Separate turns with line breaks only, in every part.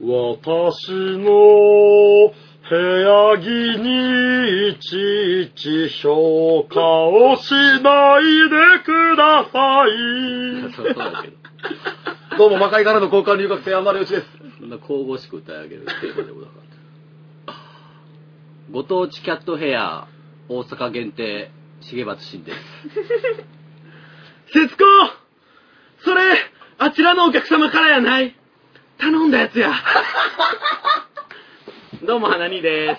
私の部屋着にいちいち評価をしないでください。
そうだけ ど
どうも、魔界からの交換留学生、天野よしです。
そんな神々しく歌い上げるテーマでもなかったご当地キャットヘア大阪限定重松慎です
節子それ、あちらのお客様からやない頼んだやつ や。どうも、花にで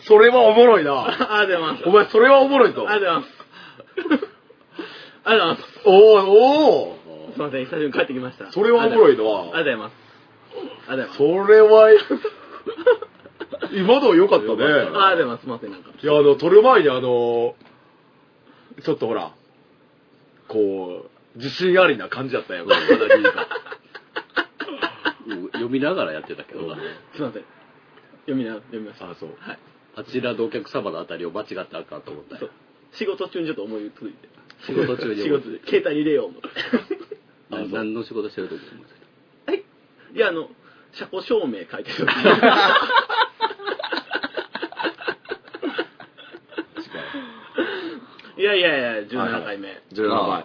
す。
それはおもろ いな。
あ、出ます。
お前、それはおもろいぞ。
あ、出ます。あ、出ます。
おおおー
すいません、久しぶりに帰ってきました。
それはおもろい
あ、
な。
出ます。あ、出ます。
それは、 今のは良かったね。
あ、出ます。すいません、なんか。
いや、あの、撮る前にあの、ちょっとほら、こう、自信ありな感じだったよ、これまだリーダー
うん 読みながらやってたけどな
すいません。読みな、読みました。
あ、そう。
はい。
あちらのお客様のあたりを間違ったらあかんと思ったよ
仕事中にちょっと思いついて。
仕事中に
仕事中、携帯に入れよう思って。
な
あそう
何の仕事してる時に思って
いや、あの、車庫証明書いて る。いやいやいや、17回目。
17
あ
枚。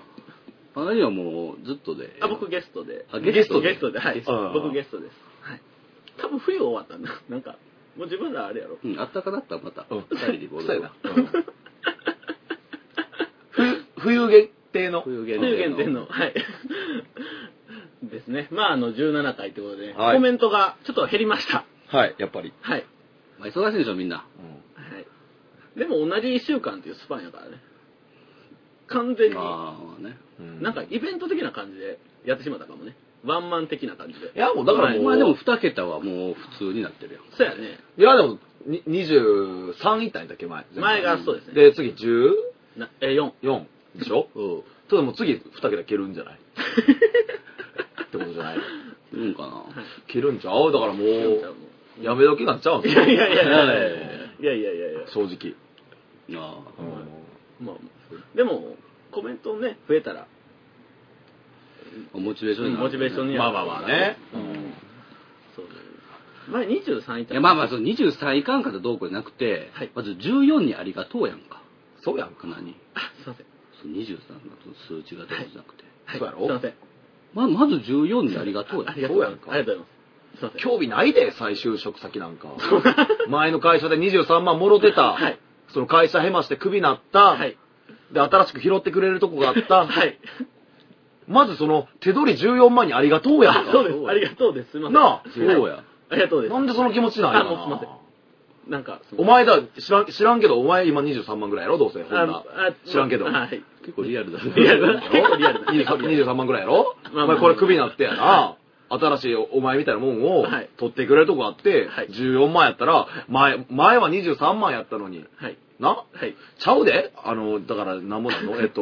たあの日はもうずっとで
あ、僕ゲストで。
あゲストで
ゲストで、はい。
ああ
僕ゲストです。はい。多分冬終わったんだ。なんか、もう自分らあれやろ。
うんあったかなったらまた
うん
二人に戻るわ
うん冬限定の。
冬限
冬限
定
定
の
の、はい。ですね。まあ、あの、17回ってことで、
はい
コメントがちょっと減りました。
はい、やっぱり。
はい。
まあ忙しいでしょみんな
はい。でも同じ1週間っていうスパンやからね。完全に、
ああね
うん
なんかイベント的な感じでやってしまったかもね。ワンマン的な感じで
い。や、もうだからもう、
まあでも2桁はもう普通になってるよ
そうやね。
いや、でも、に23いったんだっけ、前。
前がそうですね。
で、次 14?
なえ、4。
でしょ
うん
ただもう次2桁蹴るんじゃ ないってことじゃない
うんかな
蹴るんちゃうだからもう、やめ時なんちゃ うん
いやいやいやいやいや
はい
いやいやいやいや。
正直。
ああ
まあまあでも、コメントね、増えたら、
モチベーションになる
モチベーションに
ま
は
あまあまあね。
うんそう前23い
い
た
やまあまあその23位間かどうこうじゃなくて、
はい
まず14にありがとうやんか
そうやんか。
かなに
あすいません。
その23がその数値がどうじゃなくて、
はい、
そうやろ
すいません。
ままず14にありがとうや
あ
ん
りがとうございます。ありがとうございます。すいません。
興味ないで、再就職先なんか。前の会社で23万もろてた、
はい
その会社へましてクビなった、
はい。
で、新しく拾ってくれるとこがあった、
はい。
まずその、手取り14万にありがとうやん
あ
か。
そうです。ありがとうです。すいません。
なあ
そうや
ありがとうです
な。んでその気持ちなんや
あもうすいません
な。
なんか、すいま
お前だ、知らん、知らんけど、お前今23万ぐらいやろどうせ、ほん
せん、
な。
ああ
知らんけど。
はい。
結構リアルだね
リアルだ結構リアルだ
23 23万ぐらいやろ
まあまあ
お前これクビになってやな。新しいお前みたいなもんを
はい
取ってくれるとこあって
はい、
14万やったら、前、前は23万やったのに、
はい。
な
はい。
ちゃうであの、だから、なんぼなのえっと、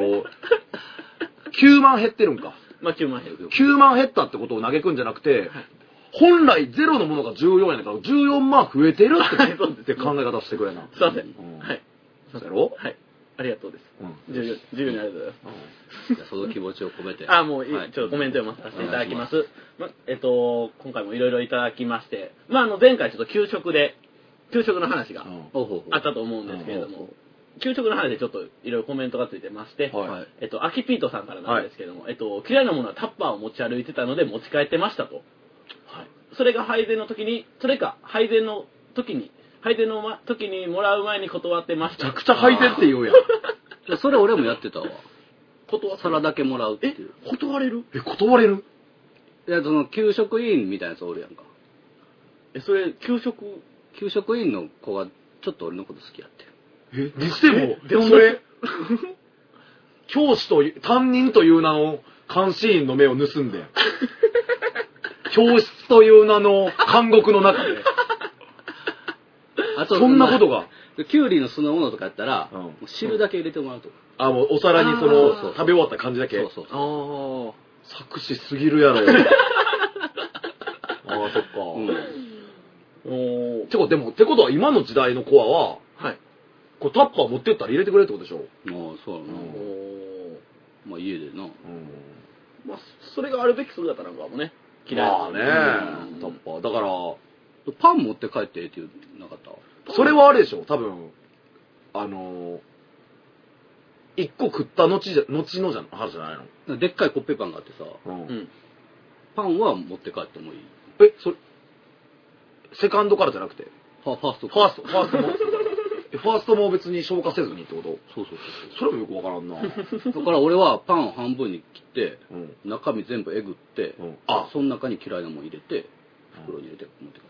9万減ってるんか。
まあ、9万円。
9万減ったってことを嘆くんじゃなくて、本来ゼロのものが14やねんから、14万増えてるって
はいそうです
って考え方してくれな。
すいません。
うん
はい。
そうやろ
はい。ありがとうです。
うん
14 14にありがとうございます。
じゃあその気持ちを込めて
あ、もういい、
はい
ちょっとコメント読ませていただきます。まえっと、今回もいろいろいただきまして、まあ、あの、前回ちょっと給食で、給食の話が
うん
おうほうほう
あったと思うんですけれども、給食の話でちょっといろいろコメントがついてまして、
はい
はい
えっと、アキピートさんからなんですけども、えっと、嫌いなものはタッパーを持ち歩いてたので持ち帰ってましたと。それが配膳の時に、それか配膳の時に、配膳のま時にもらう前に断ってまし
めちゃ
た。
くちゃ履いてって言 うやん。
じゃあそれ俺もやってたわ
断
皿だけもらうって
え
いう、
断れる
え、断れる
いやその給食委員みたいなやつおるやんか
え、それ、給食、
給食委員の子がちょっと俺のこと好きやって
え、にしても、
でも
それ、 教師という、担任という名の監視員の目を盗んで、教室という名の監獄の中で、
あ
そんなことが。
でキュウリの酢の物とかやったら、
うん
もう汁だけ入れてもらうとか、
あ、もうお皿にそ
あー
の、食べ終わった感じだけ。
そうそう
ああ。
作詞すぎるやろ。ああ、そっか。
うん
おー
てこと、でも、ってことは今の時代のコアは、
はい。
こうタッパー持ってったら入れてくれるってことでしょ。
もうそうやな、
うん
おー
まあ家でな
うん。
まあ、それがあるべき姿なんかもね、嫌い
まあね
う、ん
タッパー。
だから、パン持って帰ってって言うなかった
それはあれでしょ多分、あのー、一個食った後じゃ、後のじゃ、話じゃないの。
でっかいコッペパンがあってさ、
うん
うん。
パンは持って帰ってもいい。
え、それ、セカンドからじゃなくて、
ファファースト
ファースト、ファーストも、えファーストも別に消化せずにってこと
そうそうそ
それもよくわからんな。
うそう。だから俺はパンを半分に切って、
うん。
中身全部えぐって、
うん、あ、
その中に嫌いなもん入れて、袋に入れて持って帰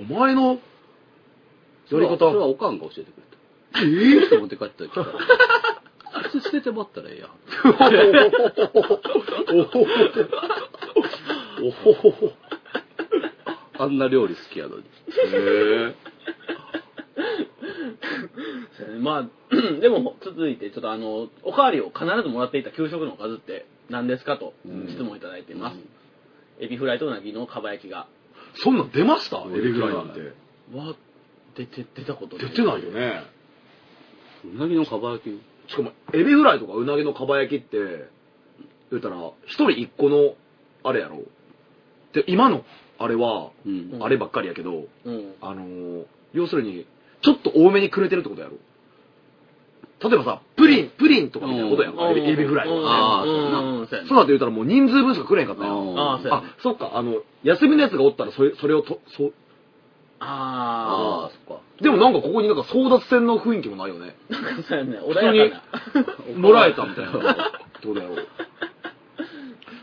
る。
お前の、やり
それはそれ
方、
はおかんが教えてくれた。
えぇ、
ちょっと持って帰ってきたら。普通捨ててもらったら ええやん。
おほほほ。
あんな料理好きやのに。
へ
そうねまあ、 でも続いて、ちょっとあの、おかわりを必ずもらっていた給食のおかずって何ですかと
うん
質問いただいています。エビフライとうなぎのかば焼きが。
そんなん出ましたエ
うん
ビフライなんて。
わ、出て、出たこと
出てないよ。ね。
うなぎのかば焼き。
しかも、エビフライとかうなぎのかば焼きって、言うたら、一人一個の、あれやろ。で、今の、あれは、
うん。
あればっかりやけど、
うん。
あのー要するに、ちょっと多めにくれてるってことやろ。例えばさ、プリン、プリンとかみたいなことやんか、エビエビフライとかね。
あーそうやな
うんうん、そうや
そ
な
うだって言うたらもう人数分しかくれへんかったやん。
ああ、そうや
あ
な。、
そっか、あの、休みのやつがおったらそれ、それをと、そう、
あ
ああ、そっか。
でもなんかここになんか争奪戦の雰囲気もないよね。
あ、なんかそうやね。穏やか
もらえたみたいな。どうだろう。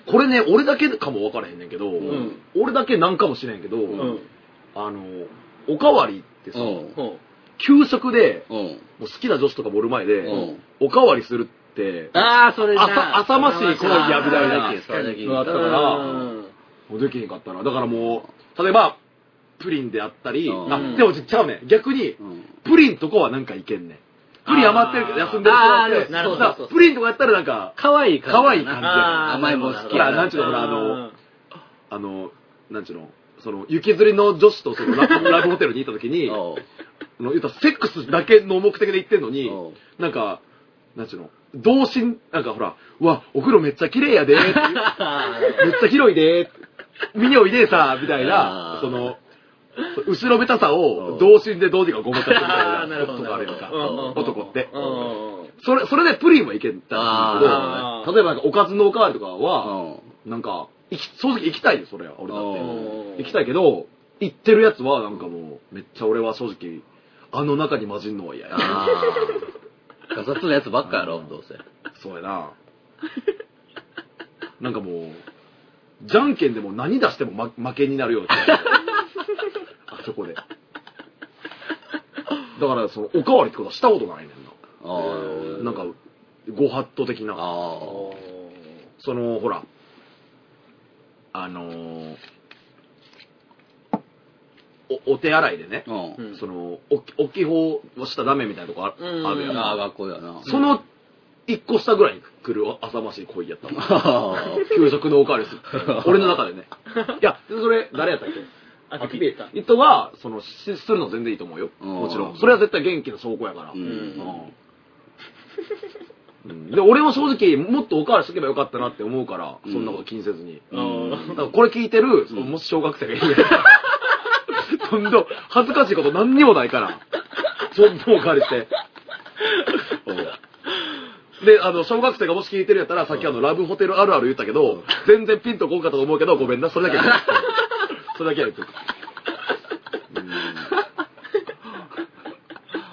これね、俺だけかも分からへんねんけど、
ん
俺だけなんかもしれんけど、
な。うん。
あの、おかわりってさ、
うん。
うん。
給食で、
うん。
もう好きな女子とかもおる前で、
うん
おかわりするって、
ああ、それ
朝朝ましに来いやみたいな
あーそれだけ
のがあったか
う
ら
うん
もうできへんかったな。だからもう、例えば、プリンであったり、
うん
あ、でもちゃうねん。逆に、
うん。
プリンとこはなんかいけんねん。プリン余ってるけど、
あー
休んでる人があっ
あ
て
ーな
るほど
だから
そうそうそう
プリンとかやったらなんか、
かわいい感じ。
可愛い感じ
あー
甘いもん好き
ほ
や
らなんちゅうのほらあ
う
の
ん
あの、なんちゅうの、その、雪吊りの女子とそのラ ラブホテルに行った時に、
おう
あの言ったらセックスだけの目的で行ってんのに、
おう
なんか、なんちゅうの、同心、なんかほら、うわ、お風呂めっちゃ綺麗やでーっていう、めっちゃ広いでーって、見においでーさー、みたいな
あ、ー
その、後ろめたさ
う
を
ん
同心でどうにかごまかすみたい
あー な
な
る
こ
ほ
と
ど
があ
な
る
る
やん
ほ
か
どうんうんうん
男って。
うんうん
それ、それでプリンはいけたんですけど、
あ
ー
例えばなんかおかずのおかわりとかは、
うん
なんか、行き、正直行きたいよ、それは。俺だっ
うん
て。行きたいけど、行ってるやつは、なんかもう、めっちゃ俺は正直、あの中に混じんのは嫌や。
ああ。ガサツなやつばっかやろ、どうせ。
そうやな。なんかもう、じゃんけんでも何出しても、ま、負けになるような。あ そこで。だから、その、おかわりってことはしたことないねん
あー
な。なんか、ご法度的な。
あ
おー
そのほらあのーおお手洗いでね
あ。、うん。
うん
そのおっき大きい方をしたらダメみたいなとこあ
うん
あるやん
ああ、学校やな。
その一個下ぐらいに来る浅ましい恋やったもん
あ
給食のおかわりする俺の中でねいやそれ誰やったっけ
あ
あき
切った
ぴ人はそのしするの全然いいと思うよ
うん
もちろんそれは絶対元気の証拠やから、
ー
う
う。
んん
うんで俺も正直もっとおかわりしとけばよかったなって思うから、
うん
そんなこと気にせずに、
うん
だからこれ聞いてる、そのもし小学生がいるやつそんな恥ずかしいこと何にもないからそんなおかわりして うんであの小学生がもし聞いてるやったらさっきあのラブホテルあるある言ったけど、全然ピンとこんかったと思うけどごめんなそれだけはそれだけは言っとく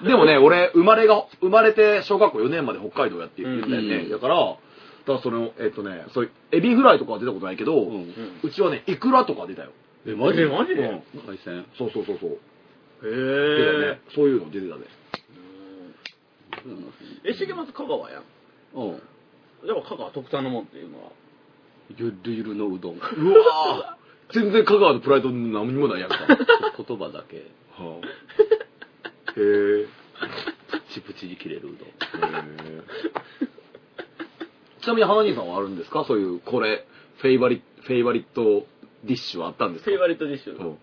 でもね、俺、生まれが、生まれて小学校4年まで北海道やって言ってたよね。
うん
だから、だからその、えっとね、そういう、エビフライとかは出たことないけど、う
うん
うん
ちはね、イクラとか出たよ。
え、
マジでマジで
うん海鮮。
そうそうそうそう。
へ
出たね
え。
そういうの出てたね。
え、重松香川やん。
うん。
やっぱ香川特産のもんっていうのは。
ゆるゆるのうど
う
ん。
わぁ全然香川のプライド何にもないやんか。
言葉だけ、
はぁへぇ
プチプチに切れるうどん。
ちなみに花兄さんはあるんですかそういう、これ、フェイバリ、フェイバリットディッシュはあったんですか
フェイバリットディッシュ。
うん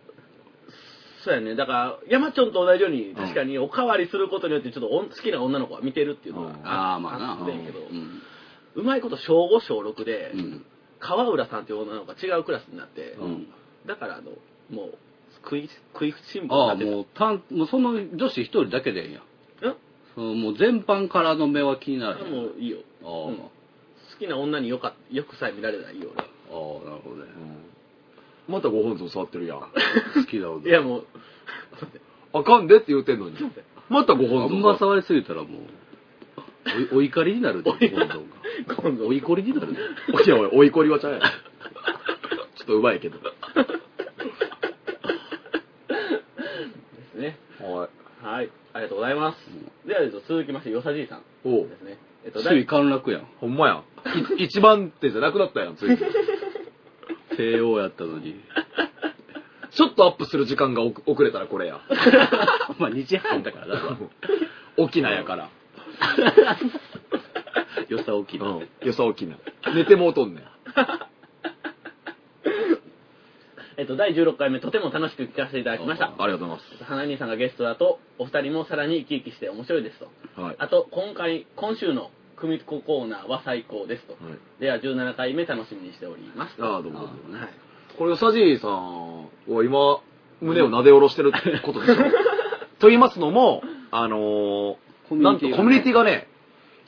そうやね。だから、山ちゃんと同じように、確かにおかわりすることによって、ちょっとおん好きな女の子は見てるっていうの
う
は
ん
ああ、まあな。
あってんけど、
うん。
うまいこと小5、小6で
う、ん。
川浦さんっていう女の子が違うクラスになって
う、ん。
だから、あの、もう食い食いしん坊に
あ
な
あ、
って
もう、たん、もうその女子一人だけでええんや。そのもう全般からの目は気にな
た
る。
あもういいよ
あ
う
あ、
ん好きな女によかよくさえ見られないよ
ああ、なるほどね。
またご本尊触ってるやん。
好きだ
俺いやもう
あかんでって言うてんのに。またご
あ
本
ん
尊
ま
触
触りすぎたらもう、おお怒りになるで、今度
今度
お怒りになるで。
いやおい、おいこりはちゃうやん。ちょっとうまいけど。
ですね
はい。
はいありがとうございます、では、えっと続きましてよさじいさん
おう
ですねえっと
首位陥落やん。
ほんまやん。い一番手じゃなくなったやん、ついに。
帝王やったのに。
ちょっとアップする時間がおく遅れたらこれや。
まあ、2時半だからな。
沖縄やから。
良さ大きいな。
ん。よさ沖縄。寝てもうとんねん。
えっと、第16回目、とても楽しく聞かせていただきました。
ありがとうござい
花兄さんがゲストだと、お二人もさらに生き生きして面白いですと。
ます。はい。
あと、今回、今週の組子コーナーは最高ですと。
はい
では、17回目楽しみにしております。
ああ、どうもどう
あ
も。
あね
これ、サジーさんは今、胸を撫で下ろしてるってことでしょ。と言いますのも、あの
コ
ー、なんとコミュニティ
ィ
がね、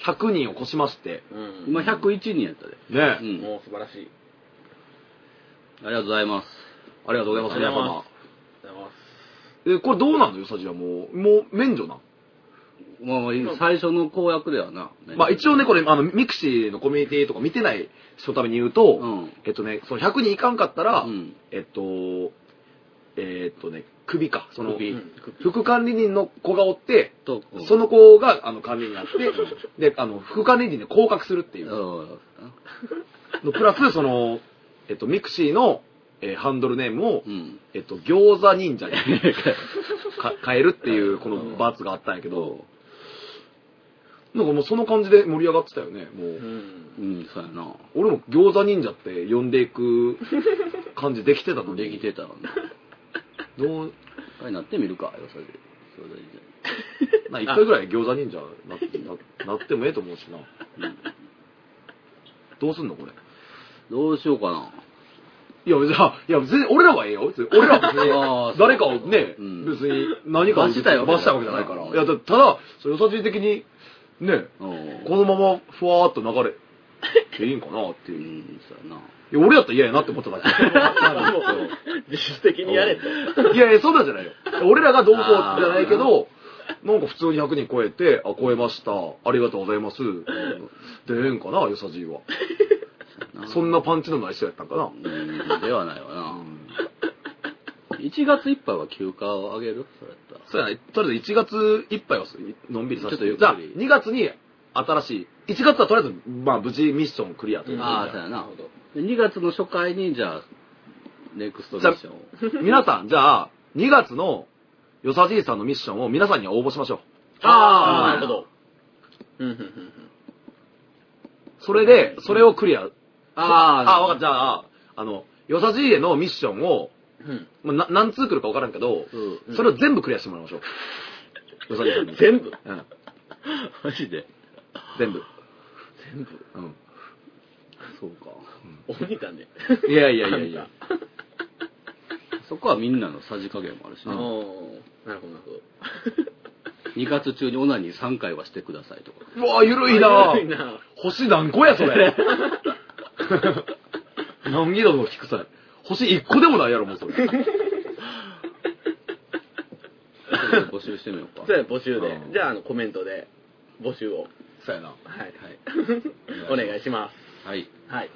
100人を超しまして、
うん。
今101人やったで。
ね、あ
う
り
ん。
もう素晴らしい。
ありがとうございます。
がとうございます、
ありが
皆
とうござ
様
います。ありがとうございます
え、これどうなのよ、サジはもう、もう免除なん
まあまあ、最初の公約ではな。
まあ一応ね、これ、あの、ミクシーのコミュニティとか見てない人のために言うと、
うん
えっとね、その100人いかんかったら、
うん
えっと、えっとね、首か、その、
首
うん
副管理人の子がおって、
と、
その子があの管理人になって、で、あの、副管理人で降格するっていううんの。プラス、その、えっと、ミクシーの、えーハンドルネームを
う、ん。
えっと、餃子忍者に か変えるっていう、この罰があったんやけど、なんかもうその感じで盛り上がってたよね、もう。
うん。
うん、そうやな。
俺も餃子忍者って呼んでいく感じできてたのに。
できて たらね。
どう、
あれなってみるか、よさで。それでいいじ
な、一回ぐらい餃子忍者なななってもええと思うしな。 どうすんのこれ。
ゃんどうしようかな。
いや、じゃあ、いや、別に俺らはいいよ。別に俺らは別に
あー、
誰かをね、
うん
別に何かを
罰したいわけじゃ
罰
ない
したわけじゃないから。
うん
いや、だただ、それ予算的に、ね、
うん
このままふわーっと流れていいんかなって
う
いう。
ん、そうやな。
いや、俺やったら嫌やなって思っただ け。
自主的にやれと。
いやいや、そうなんじゃないよ。俺らがどうこうじ
あー
ゃないけど、なんか普通に100人超えて、あ、超えました。ありがとうございます。で、ええんかな、よさじいは。そんなパンチのない人やったんかな。
うん、ではないわな。1月いっぱいは休暇をあげるそれやったら。
そうやな、とりあえず1月いっぱいはすのんびりさせて。
ちょっ
じ
と
ゃ
ゆっ
あ、
くり
2月に新しい、1月はとりあえず、まあ無事ミッションクリアというこ
ああ、そうやな。で2月の初回に、じゃあ、ネクストミッション を。
とで。 皆さん、じゃあ、2月のよさじいさんのミッションを皆さんには応募しましょう。
ああ、な
ー
るほど。うん、うん、うん
それで、それをクリア。
あ
あ、わかった。じゃあ、あの、よさじいへのミッションを、
うん。うん。
まあ、な何通来るか分からんけど、
うん
それを全部クリアしてもらいましょ う。よさぎさんに。
全部
うん。
マジで。
全部。
全部。
うん。
そうか。
鬼だね。
いやいやいやいや。
そこはみんなのさじ加減もあるし
お
ね。
ーなるほど、なるほど。
2月中にオナニー3回はしてくださいとか。
うわ、ゆるいな
ゆるいな
星何個や、そ れ。何ギロの低さ。星1個でもないやろ、 もうそれ。
募集してみようか。
じゃあ募集で
うん。
じゃあ、あの、コメントで募集を。
そうやな。
はい。
は
お
い
願いしま
はい。
す。はい。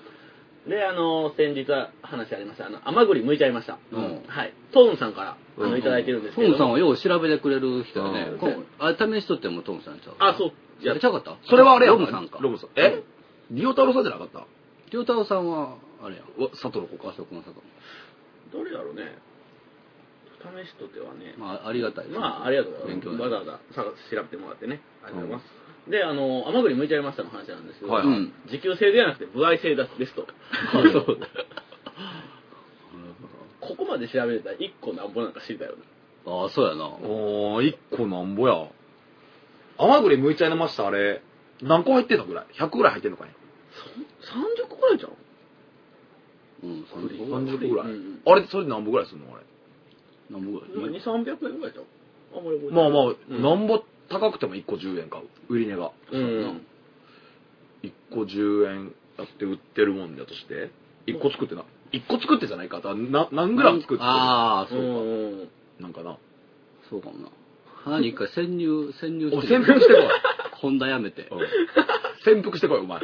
で、あの、先日は話ありました、あの、甘栗剥いちゃいました。
うん
はい。トーンさんから、あ
う
の、
ん
いただいてるんです
ト
けども。
ムさんはよう調べてくれる人やね
うん。
こうあれ試しとってもトムさんちゃう。
あ、そう。
いや、ちゃうかった
それはあれや
ロムさんか。
ロムさん。えリオ太郎さんじゃなかった
りょうたろうさんは、あれやん。
わ、佐藤の子
あ
か。
そこの坂。
どれやろうね。試しとてはね。
まあ、ありがたいですね。
まあ、ありがとうござい
勉
ます。
強にな
わ
る
ざわざ探し調べてもらってね。ありがとうございます。で、あの、甘栗剥いちゃいましたの話なんですけど、
はい
はい
うん時給制ではなくて、歩合制ですと。
そうだ
ここまで調べてたら1個なんぼなんか知りたいよね。
ああ、そうやな。
おー、1個なんぼや。甘栗剥いちゃいました、あれ。何個入ってたぐらい ?100 ぐらい入ってんのかね
30個くらいじゃん
うん、
30個ぐらい
うん。
あれ、それ何本ぐらいするのあれ。
何ぼぐらい
2、300円ぐらいじゃん。あんまり覚えて
ま
な
あ
い
まあ、
うん
なんぼ高くても1個10円買う。売り値が。
う。
うん
1個10円やって売ってるもんだとして、1個作ってな、1個作ってじゃないか。だからな何グラム作ってな
ああ、
う
そうか。
んうん。
んかな。
そうかもな。花に一回潜入、潜入
お、
して
潜
み
伏
る
してこい。
ホンダやめて。
うん潜伏してこい、お前。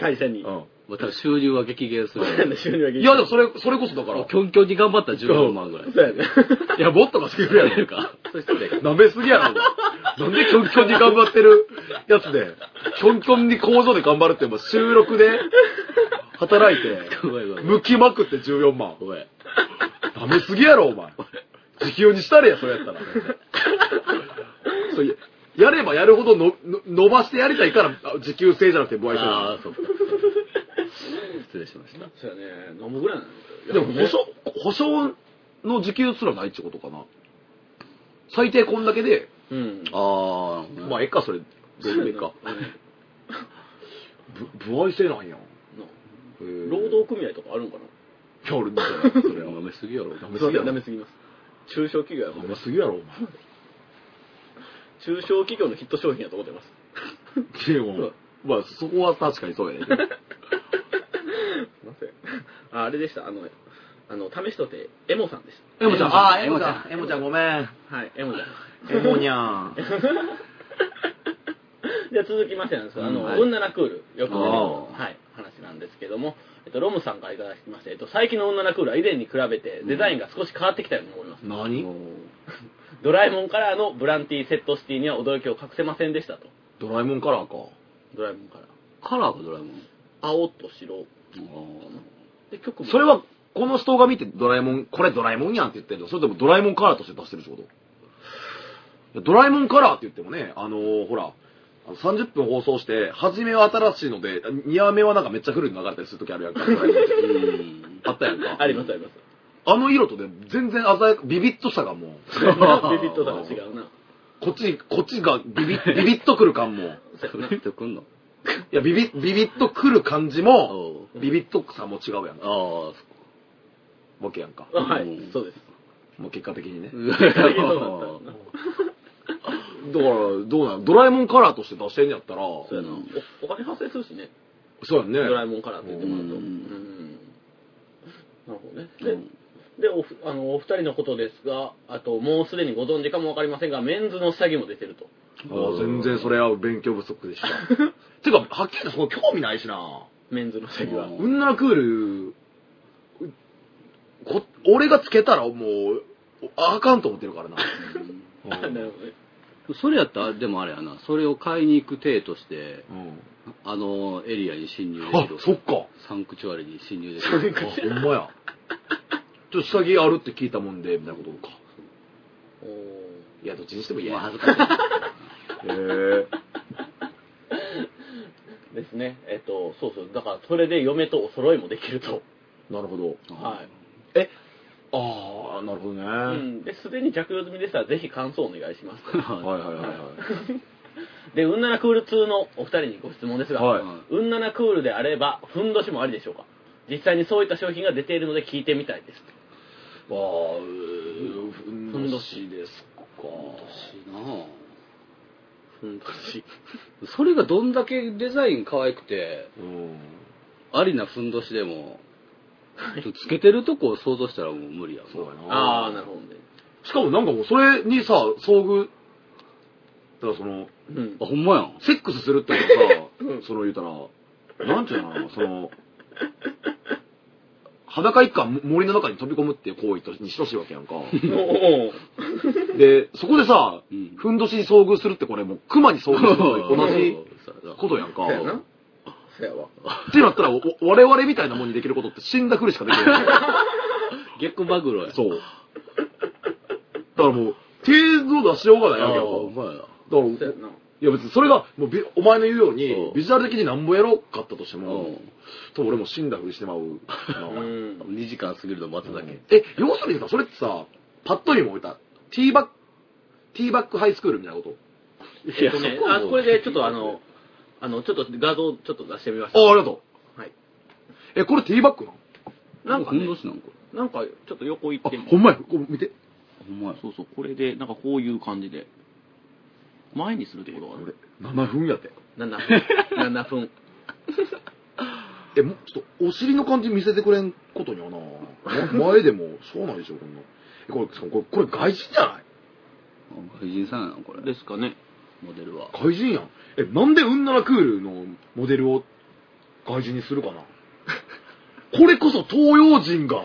会社に。
う
また収入は激減す
なんで
る。
収入が減
ん。いや、でもそれ、それこそだから
キ、ョンキョンに頑張ったら15万ぐらい。
そうやね。
いや、もっとが好きるや
や
ん
る
か
か。
それ失礼舐めすぎやろ、お前なんでキョンキョンに頑張ってるやつで、キョンキョンに工場で頑張るって、もう収録で働いて、
ごめんごめん。
剥きまくって14万。
ごめん。
舐めすぎやろ、お前。時給にしたれや、それやったら。それやればやるほどのの伸ばしてやりたいから、あ時給制じゃなくて、ボアイ
ああ、
制。
そうか。失礼しました。
そうやね。飲むぐらいなの
でも保証、保証の時給すらないってことかな。最低こんだけで、
うん。
ああ、
まあ、ええか、それ、どうでもいいか。
うん
ぶ、不愛制なんや。
な労
労
働組合とかあるんかな
キャルみたいな、それは。
舐めすぎやろ。
舐めすぎや
ダ
ろ
メ。すぎます。中小企業やと
舐
思
め
います。
すぎやろ、お前。
中小企業のヒット商品やと思ってます。
でも、まあ、そこは確かにそうやねんけど。
すいません。 あ、あれでした。あの、あの、試しとて、エモさんでし
エモちゃん、ああ、エモちゃん、
エ
エモちゃんごめん。
た。はい、エモちゃん。
エモにゃん。
じゃあ続きましてなんですけど、あの、
うん
うん
はい
ならクール、よく出る、
あー
はい、話なんですけども、えっと、ロムさんからいただきまして、えっと、最近の女ならクールは以前に比べてデザインが少し変わってきたように思います。
何
ドラえもんカラーのブランティーセットシティには驚きを隠せませんでしたと。
ドラえもんカラーか。
ドラえもんカラー。
カラーがドラえもん。
青と白。
あ
で、曲も。
それは、この人が見てドラえもん、これドラえもんやんって言ってるのそれともドラえもんカラーとして出してるってこといやドラえもんカラーって言ってもね、あのーほら、あの30分放送して、初めは新しいので、2話目はなんかめっちゃ古いの流れたりするときある やんか、ドラえもんって
あ。うん。
あったやんか。
ありますあります。
あの色とね、全然鮮やか、ビビッとしたがもう、
ビビットさが違うな。
こっち、こっちがビビッ、ビビッとくる感も、い
そうやな
ビビッとくんの
や、ビビッ、ビビッとくる感じも、
おう
ビビッとさも違うやんか。
ああ、
わけやんか。
あはい、
うん
そうです。
もう結果的にね。
そ
そうう
だ
か。
から、どうなのドラえもんカラーとして出してんやったら、
そうやな。おお金発生するしね、
そうやんね。
ドラえもんカラーって言ってもらうと。
う
うんん。なるほどね。
う
で、
ん
でおふあのお二人のことですが、あともうすでにご存知かもわかりませんが、メンズの下着も出てると。
ああ全然それは勉強不足でした。 てか、はっきり言ってその興味ないしな。
メンズの下着は
う。ん
うんならクール、こ俺がつけたらもう、あかんと思ってるからな。
あ なるほどね。
それやったら、でもあれやな、それを買いに行く体として、
うん
あのエリアに侵入で
あ
きる。、
そっか。
サンクチュアリに侵入でき
あ、
る。
ほんまや。ちょっと下着あるって聞いたもんで、みたいなことか。
おー
いや、どっちにしても嫌
まあ
や。
恥ずかしい。
へえ。
ですね。えっと、そうそう。だから、それで嫁とお揃いもできると。
なるほど。
はい。
え、ああ、なるほどね。
う
はい
ん。で、すでに着用済みでしたら、ぜひ感想お願いします。
はいはいはい。
で、うんならクール2のお二人にご質問ですが、
はい
うんならクールであれば、ふんどしもありでしょうか実際にそういった商品が出ているので聞いてみたいです。
ああ、ふんどしですか。
いなあ
ふんどし。
それがどんだけデザイン可愛くて、
うん。
ありなふんどしでも、つけてるとこを想像したらもう無理やもん
そうやな。
ああ、なるほどね。
しかもなんかもうそれにさ、遭遇、だからその、
うん。
あ、ほんまやん。
セックスするってこと
う
は
ん
さ、その言うたら、なんちゅうのかな、その、裸一貫森の中に飛び込むっていう行為とに等しいわけやんか。
おー
で、そこでさ、
うん
ふんどしに遭遇するってこれもう熊に遭遇するのと同じことやんか。
そうやな
っ。
そうやわ。
てなったら、おお我々みたいなもんにできることって死んだふりしかでき ない。
逆マグロや。
そう。だからもう、程度出しようが
あ
ないわけや
あ、
んか。
ほんまやな。
だから
そうやな。
いや別にそれがもうビお前の言うよう
う
に
ん
ビジュアル的になんぼやろうかったとして
う
も
ん
と俺も死んだふりしてまうな
うん。
2時間過ぎるの待つだけ。
え要するにさそれってさパッと見も置いたティーバックティーバックハイスクールみたいなこと
い
えっとね、あ、これでちょっとあの、あの、ちょっと画像ちょっと出してみました。
あありがと
はい。
うえこれティーバックなの
なんかね
ふんどしなんこれ。
なんかちょっと横行
あ
ってみ、
ほんまや。こう見て。
ほんまや。
そうそう、これで、なんかこういう感じで、前にするってことかな
俺、7分やって。
7分。7分。
え、もうちょっと、お尻の感じ見せてくれんことにはな。ま前でも、しょうないでしょ、こんな。えこれ、しかもこれ、これ外人じゃない
外人さんやな、これ。
ですかね。
モデルは。
外人やん。え、なんでうんならクールのモデルを外人にするかなこれこそ東洋人が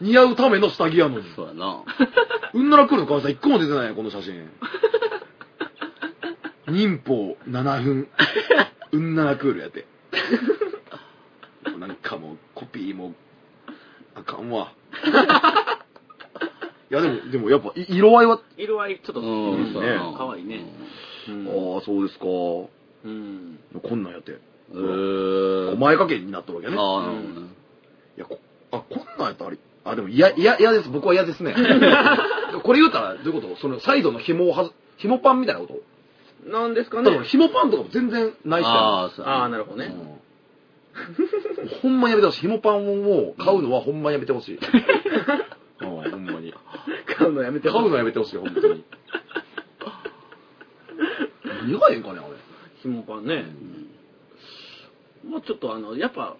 似合うための下着やのに。
そうやな。
うんならクールの川さん一個も出てないよ、この写 真。忍法7分。うんならクールやって。なんかもうコピーもあかん わ。いやでも、でもやっぱい色合いは、
色合いちょっと、
うんん、そうや
う
な。
ん可愛いねうん
ああ、そうですか。こ
うん。
んなんやって。
うん。えー。
お前掛けになったわけ
あ
ね。
あ、なるほどね。
いや、こ、あ、こんなんやったらあり。あ、でも、いや、いや、いやです。僕は嫌 ですね。これ言うたら、どういうことその、サイドの紐をはず、紐パンみたいなこと
なんですか
だ
ね
か。ら、紐パンとかも全然ないし
ああ、そうや
ああ、なるほどね。
うんほんまにやめてほしい。紐パンを買うのはほんまにやめてほ しい。うん、ほんまに。
買うのやめて
買
ほし
う
い。
のやめてほしい、ほんとに。何がええんかね、あれ。
ひもパンね。もうちょっとあの、やっぱ、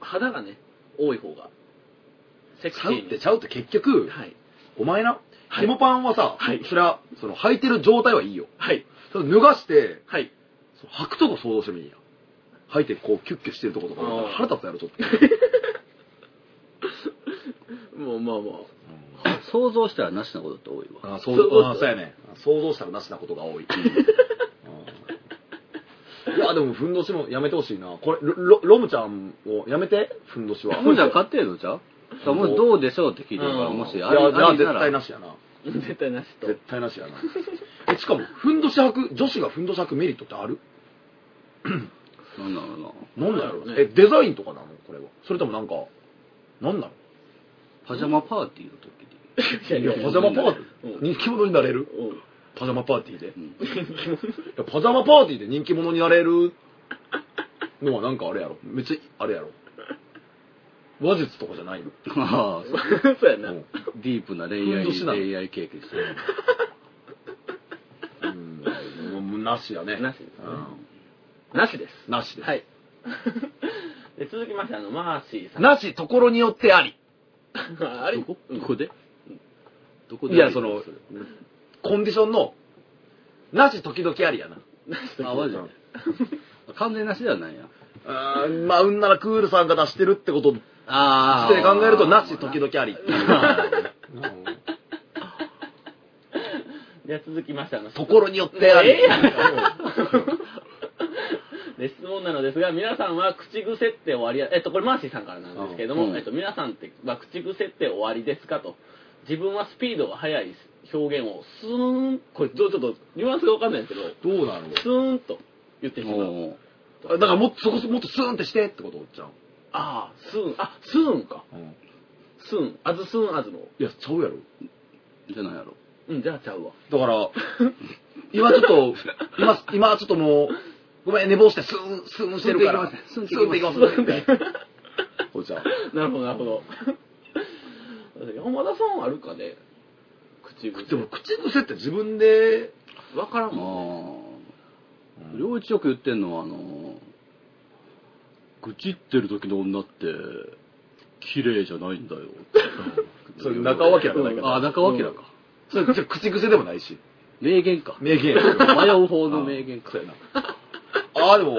肌がね、多い方が、セクシ
ちゃうっ
ー
て、
に。
ちゃうって結局、
はい。
お前な、
はい
紐パンはさ、
はい
そりゃ、その、履いてる状態はいいよ。
はい。
それ脱がして、
はい。
履くとこ想像してみいや履いてこうキュッキュしてるとことか
あー
腹立つやろちょ っと
もうまあまあ。
想像したらなしなことって多いわ。
あー想
そう
像あーそうやね想像したらなしなことが多いうんいやでもふんどしもやめてほしいなこれロロロムちゃんをやめてふんどしは
あ、もうじゃあ買ってんのじゃうそうもうどうでしょうって聞いてるから、
うん
もしあ
い
り
や
あ
じ
り
ゃあ
な
絶対
ら。
なしやな
絶対なしと。
絶対なしやなえしかもふんどし履く女子がふんどし履くメリットってある
なんだろうな。
なんだろう
ね
えデザインとかなのこれはそれともなんかなんなの
パジャマパーティーの時に。
いやい
い
や
やパジャマパーティー
うん
人気者になれる
うん
パジャマパーティーでい
うん
やパジャマパーティーで人気者になれるのはなんかあれやろめっちゃあれやろ話術とかじゃないの
ああ、 そう
そうやな。
うん
ディープな恋愛、
ふんどしなの
恋愛経験してる。
うんもうなしやね
なしですね
う
なしです。
んなしです、
はい。で続きまして、あの、マーシーさん。
なしところによってあり
あれ
どこどこでどこで
いやそのコンディションのなし時々ありやな
あ、マジで。完全なしではないや。
あーまあうんならクールさんが出してるってことで
あ
考えるとなし時々あり
で続きまして、あの、
ところによってあり、
ええやんで質問なのですが、皆さんは口癖って終わりや、えっと、これマーシーさんからなんですけれども、
うん
えっと、皆さんって、まあ、口癖って終わりですかと。自分はスピードが速い表現を、スーン、これ、ちょっと、ニュアンスがわかんないんですけど、
どうなの
スーンと言ってしまう。
も
だからもっとそこそもっとスーンってしてってことおっちゃん、
ああ、スーン、あ、スーンか。スーン、あずスーンあずの。
いやちゃうやろ
う、じゃないやろ。
うん、じゃあちゃうわ。
だから 今ちょっと今今ちょっともうごめん寝坊してスーンスーンしてるから
スンってい
スンって
き
いき
ま
ますす
ね
ねおっちゃん
なるほど、なるほど。 山田さんあるかね口癖。
でも口癖って自分で
わからんもんね。
ああ。両一よく言ってんのは、あの、愚痴ってる時の女って、綺麗じゃないん だよ。
それ中尾明じゃないか
あ
ら
あ、中尾明か。
それじゃ口癖でもないし
名言か。
名言
迷う方の名言か。
そうやなああでも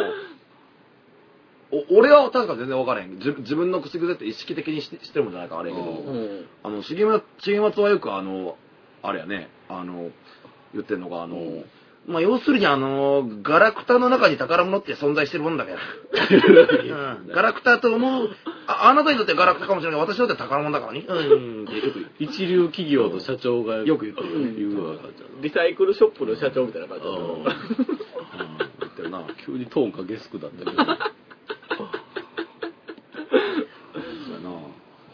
お俺は確か全然分からへん自自分の口癖って意識的にししてるもんじゃないからあれやけど、
うん
うん。
あの重松重松はよくあのあれやねあの言ってるのがあの、
うん
まあ要するにあのガラクタの中に宝物って存在してるもんだけど、うんガラクタと思うああなたにとってはガラクタかもしれないけど私にとっては宝物だからねうんってよく
一流企業の社長が
よく言ってる
言うわ感じだな
リサイクルショップの社長みたいな感じだと思う
うん言ってるな
急にトーンかゲスクだったけど
そうやな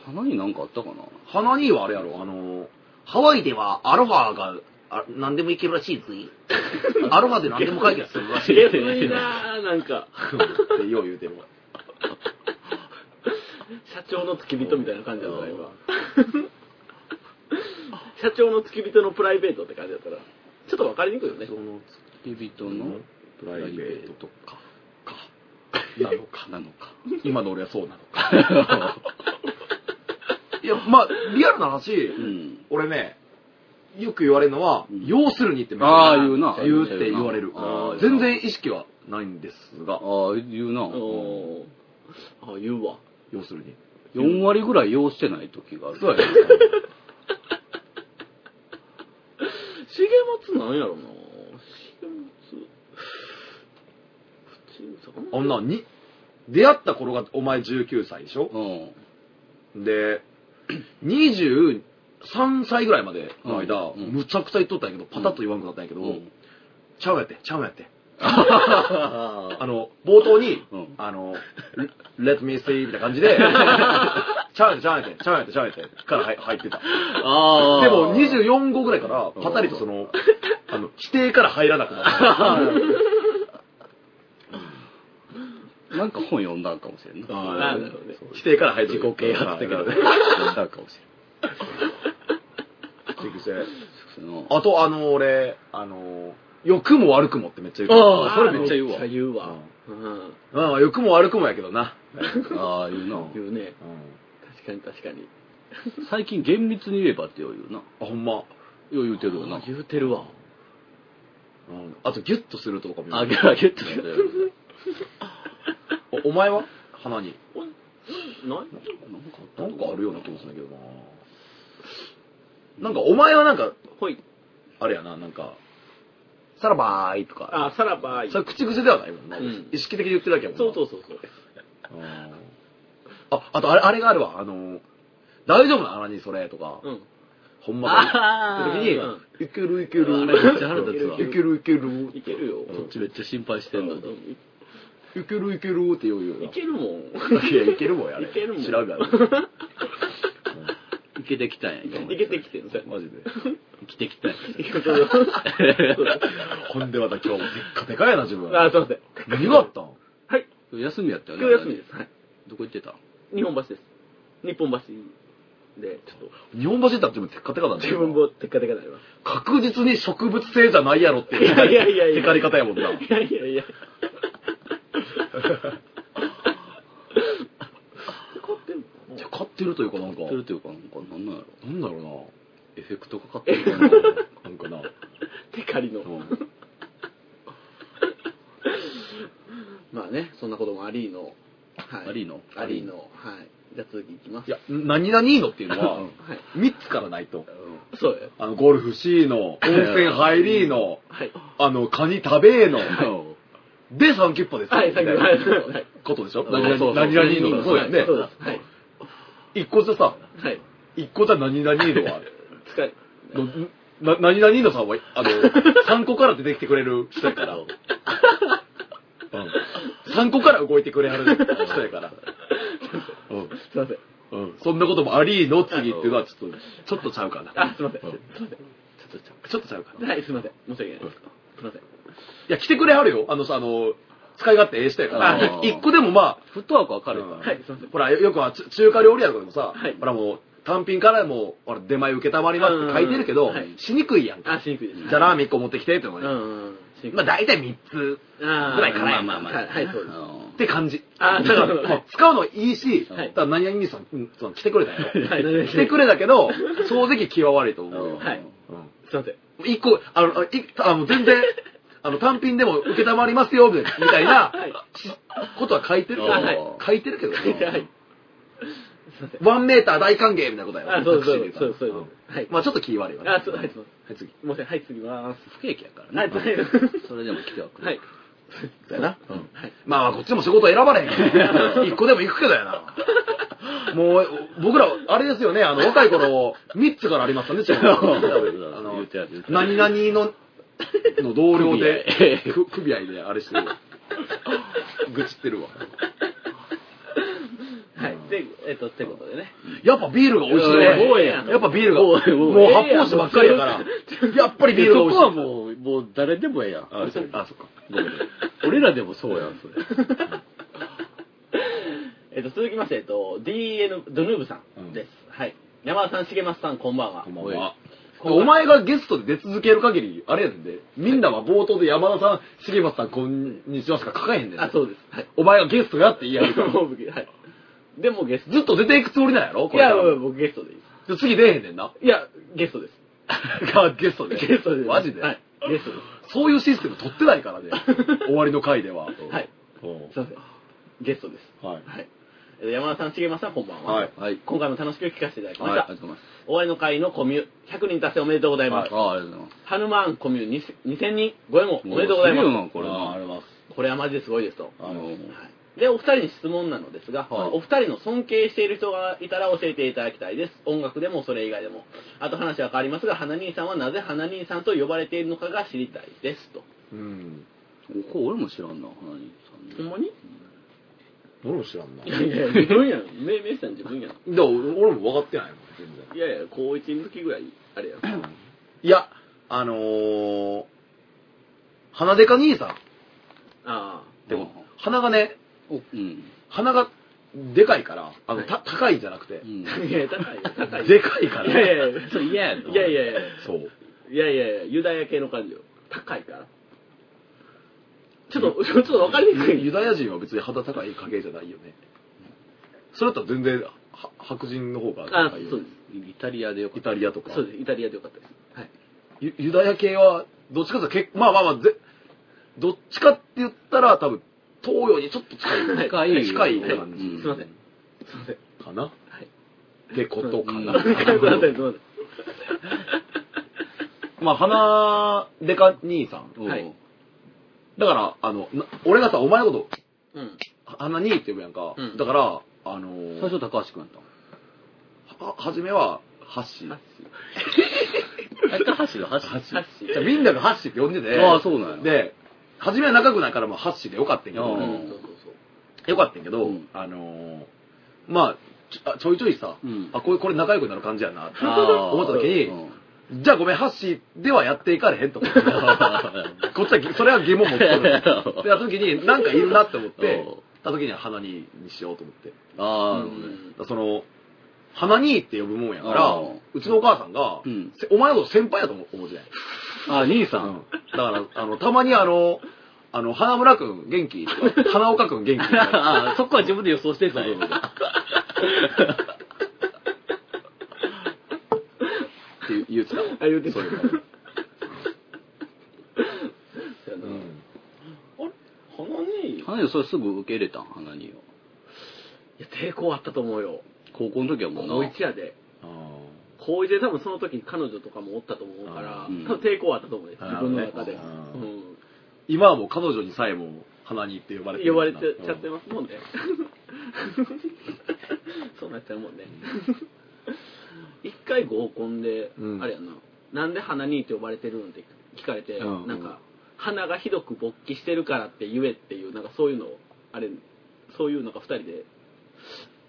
鼻になんかあったかな
花にはあれやろあのハワイではアロハがあ何でもいけるらしいぜアロハで何でも解決するらしい
えぐいなぁ、なんか。
ってよう言うてるわ
社長の付き人みたいな感じだったな、今。社長の付き人のプライベートって感じだったら、ちょっとわかりにくいよ
の
ね。
付き人の
プライベートか。
なのかなのか
今の俺はそうなのか。 いや、まあ、リアルな話、
うん
俺ね、よく言われるのは、
うん
要するにってめっち
あ
ゃ
あ言うな
言うって言われる
ああ。
全然意識はないんです
あ
が、
あ言うな
おーあ、言うわ。
要するに。
4割ぐらい用してない時がある
そうやね。
重松なんやろな重松。口
あんな、に、出会った頃がお前19歳でしょ
うん
で、23歳ぐらいまでの間、
うんうん
むちゃくちゃ言っとったんやけど、パタッと言わんくなったんやけど、
うん
ちゃうやって、ちゃうやって。 あの、冒頭に、
うん
あの、Let me see みたいな感じ で、ちゃうやて、ちゃうやて、ちゃうやて、ちゃうやて、から入入ってた。
あ
でも24号ぐらいから、パタリとその、あの、規定から入らなく なった。
なんか本読んだんかもしれんな
あー
なんだろうね。
規定から入る。
自己啓発的な
ね。
読んだんかも し
適正
れんその
あと、あの、俺、あの、良くも悪くもってめっちゃ言う。
あーそれめっちゃ言うわ
めっちゃ言うわ。うん。
うん、良くも悪くもやけどな。
ああ言うな
言うね。
うん
確かに確かに。
最近厳密に言えばってよ言うなよ
あ、ほんま。
う言うてるよな
あ言うてるわ。
うんあと、ギュッとするとかも
あ
言
げ
う。
あげって言うてる
おお前は鼻に。
ない
なんかあるような気もするんだけどな。なんか、お前はなんか、
ほい。
あれやな、なんか、さらばーいとか。
あ、さらばい。
そ
そう
れ口癖ではないもんな。
うん
意識的に言ってるだけやもんな。
そうそうそう。
うんあ、あとあれ、あれがあるわ。あの、大丈夫な鼻にそれとか、
うん。
ほんまか
あ
言っ
ー
てる
うん
時に、いけるいける。
あれめっちゃ腹立つわ
いけるいける。
いけるよ。
こっちめっちゃ心配して
うん
だ
ん
いけるいけるって言うよう
い
な。
けるもん。
いや、いけるもんやれ。
いけるもん
知らんがな。
いけてきたんや今まで
いけてきてるそれ
マジで。
生きてきたんや
いけて る
ほんでまた今日、でっかでかいな、自分。
あ、すいません。
何があったん
はい。
休みやったよね
今日休みです。はい。
どこ行ってた
日本橋です。日本橋で、ちょっと、
日本橋行ったら自分テッカテカだね。
自分もテカテカになります。
確実に植物性じゃないやろっていう。
いやいやいやいや
テカり方やもんな。
いやいやいや。怒ってんの
テカってるというかなんか、
やってるというかなんかなんなんやろ
なんだろ
エフェクトかかってる
う
か
な。
な
なんかな。
テカリの。
うん
まあね、そんなこともありーの。はい
ありーの
ありーの。はい。じゃあ次いきます。
いや、何々のっていうのは、
はい。
3つからないと。
そうよ。
あの、ゴルフ C の、温泉入りの、
はい。
あの、カニ食べーの、
うん
で、三キュッパですよ。
はい、さっきの。
みた
はいい
な。
はい
ことでしょ
そう
何々
そうそう
何々の。そうやね
そ。うです。はい。
一個じゃさ、
はい。
一個じゃ何々のは、
使い。
のな何々のさんは、あの、3個 から出てきてくれる人やから。3個から動いてくれはる人やから。うん
すいません。
うんそんなこともありの次っていうのはちょっと、ちょっとちゃうかな。
あ、すいません。すい
うん
ません。ちょっとちょ
ちょっとちゃうか
っと
な。い
はい、すいません。申し訳ないです。すいません。
や、来てくれはるよ。あのさ、あの、使い勝手ええ人やから
あ。ー
一個でもまあ、
フットワークわかるか
うん
ら
はい、すいません。
ほら、よよくはつ中華料理屋とかでもさ、
はい
ほらもう、単品からもう、ほら、出前受けたまりますって書いてるけ
う
ど
んはい、
しにくいやんか。
あ、しにくいです。
じゃあラーメン1個持ってきてっての
う
がね。
んうん。しにく
まあ
い。
大体3つ
あー
ぐらいかな
まあまあまあ
はいはい、そうです。
って感じ。
あー
だか
なるほ ど
ら、使うのいいし、
は
だ
い
から何々さん、うんその来てくれたよ。
はい
来てくれたけ ど、正直気は悪いと思うよ。
はいすいませ
う
ん。
ん一個、あの、あいあの全 然、あの、単品でも受けたまりますよ、みたいな
はい
ことは書いてるけど
あはい、
書いてるけどね、
はい。すいません。
ワンメーター大歓迎みたいなことやろ
あそうそ
タクシ
う
ーで言
そうそう
たら
そうはい
んまあちょっと気悪いわね。
あ、そう、はい、すいま
はい、次。
せん。すいません。はい、次は。
不景気やからね
はい、はい。
それでも来てはくれ
はい。
だよな。
うん
はい。
まあまあこっちも仕事選ばれへんから。 一個でも行くけどやな。もう、僕ら、あれですよね、あの、若い頃、三つからありました ね、違う。あの
言うてやる言うてや
何々の、の同僚で
組、
く組合であれしてるわ。愚痴ってるわ。
はい。で、えっと、ってことでね。
やっぱビールが美味しいね
うん防衛やん。
やっぱビールが。も
防
う
衛
発
防衛
泡酒ばっかりやから。 やっぱりビールが美
そ
味し
こ
い。
はもうもう誰でもええやん
あ、そうあそっか。
俺らでもそうやんそれ
ええっと、続きまして、えっと、DN ドヌーブさんです。はい。山田さん、重松さん、こんばんは。
こんばんは。
こんばんは
お前がゲストで出続ける限り、あれやでんで、みんなは冒頭で山田さん、重松さん、こんにちはしか書かへんねん。
あ、そうです。はい。
お前がゲストやって言いやるから。
もう僕はい。でもゲスト。
ずっと出ていくつもりなんやろこ
い
れ
や、
からも
僕ゲストでいいで
じゃあ次出えへんねんな。
す。いや、ゲストです。
が ゲストで。
ゲストです。
マジで、
はい。ゲストで
そういうシステム取ってない からね。終わりの回では。
す。はい。
うん。
すいません。ゲストです。
はい。
はい。えー山田さん、重松さん、こんばんは。
はい
はい。
今回も楽しく聞かせていただきま
は
し
い、
た。
ありがとうございます。
終わりの会のコミュ、100人達成おめでとうございます。
ああ、ありがとうございます。
ハヌマーンコミュ2000 2000人、ご縁もおめでとうございます。
すごいよなこれな。
ります。
これはマジですごいですと。は
あの
い、で、お二人に質問なのですが、
はい
お二人の尊敬している人がいたら教えていただきたいです。音楽でもそれ以外でも。あと話は変わりますが、花兄さんはなぜ花兄さんと呼ばれているのかが知りたいですと。
うん。
おこれ俺も知らんな、花にさんの。
まに
俺も知らんな。
いやいや、自分やん。命名したん自分やん。
でも俺も分かってないもん、全然。
いやいや、高1の時ぐらい、あ れや。
いや、あのー、花でか兄さん。
あ
でも、鼻がね、
お、うん。
鼻がでかいから、あの、
はい
た高いんじゃなくて
う、ん。
あ。いや、高いよ、高いよ。
でかいか
いやい
ら。
やいや、
それ嫌や
いやいやいや、
そう。
いやいやいや、ユダヤ系の感じよ。高いから。ちょっと、ちょっと分かりにくい。
ユダヤ人は別に肌高い家系じゃないよね。それだったら全然、は白人の方が
あ
高い、よ
そう
ね
で
イタリアでよか
イ
った。
タリアとか
す。。そうです。イタリアでよかったです。はい。
ユユダヤ系は、どっちかというと結構、まあまあまあ、ぜどっちかって言ったら多分、東洋にちょっと近い。
はい
近いよ
近い
はい
感じ。
うん
すいません。すいません。
かな
はい。
ってことかな。
すいません、すいません。すいま
まあ、花でか兄さん。
お
はい
だから、あの、な俺がさ、お前のこと、
せんうん。
花兄って呼ぶやんか。
うん
だから、あのー
最初高橋君やったの。
は、はじめは、ハッシー。
ハッ
じ
あ高橋が橋
シー。ハッシ
ゃあ
ー。
みんながハッシーって呼んでて。
ああ、そうなんや。
で、はじめは仲良くないから、まあ、ハッシーでよかったんやけど、
う
うんん、そうそうそう。
よかったんやけど、
うん
あのーまあちょあ、ちょいちょいさ、
うん
あ、これ、これ仲良くなる感じや なって
ああ
思った時に、
うん
じゃあごめん、ハッシーではやっていかれ へんと思って。こっちは、それは疑問持ってる。 で、やった時に、なんかいるなって思って
うん、
た時には花ににしようと思って。
ああ、な
う
るほどね
ん
その、花にって呼ぶもんやか
あ
ら
ー、
うちのお母さんが、
うん
せお前のこと先輩やと思う思うじゃない。
あ、兄さん。
だから、あの、たまにあの、あの、花村くん元気とか、花岡くん元気とか、
ああ、そこは自分で予想してたんや
って言うてた。
あ、言うて
そう
た。
い
そう
の
うや
う
なんあれ花にい
花にそれすぐ受け入れたん花にを。
や、抵抗あったと思うよ。
高校の時はもうな。
高一やで。高一で多分その時彼女とかもおったと思うから、
うん
多分抵抗はあったと思うね。
あ
自
ー
分の中で。
なるほ
う
どね
ん。
今はもう彼女にさえも、花にって呼ばれてる
呼ばれてちゃって
うん
ますもんね。そうなっちゃうもんね。一回合コンで、
うん
あれやな、なんで花にって呼ばれてるんって聞かれて、
うん
なんか、鼻がひどく勃起してるからって言えっていう、なんかそういうのを、あれ、そういうのが二人で、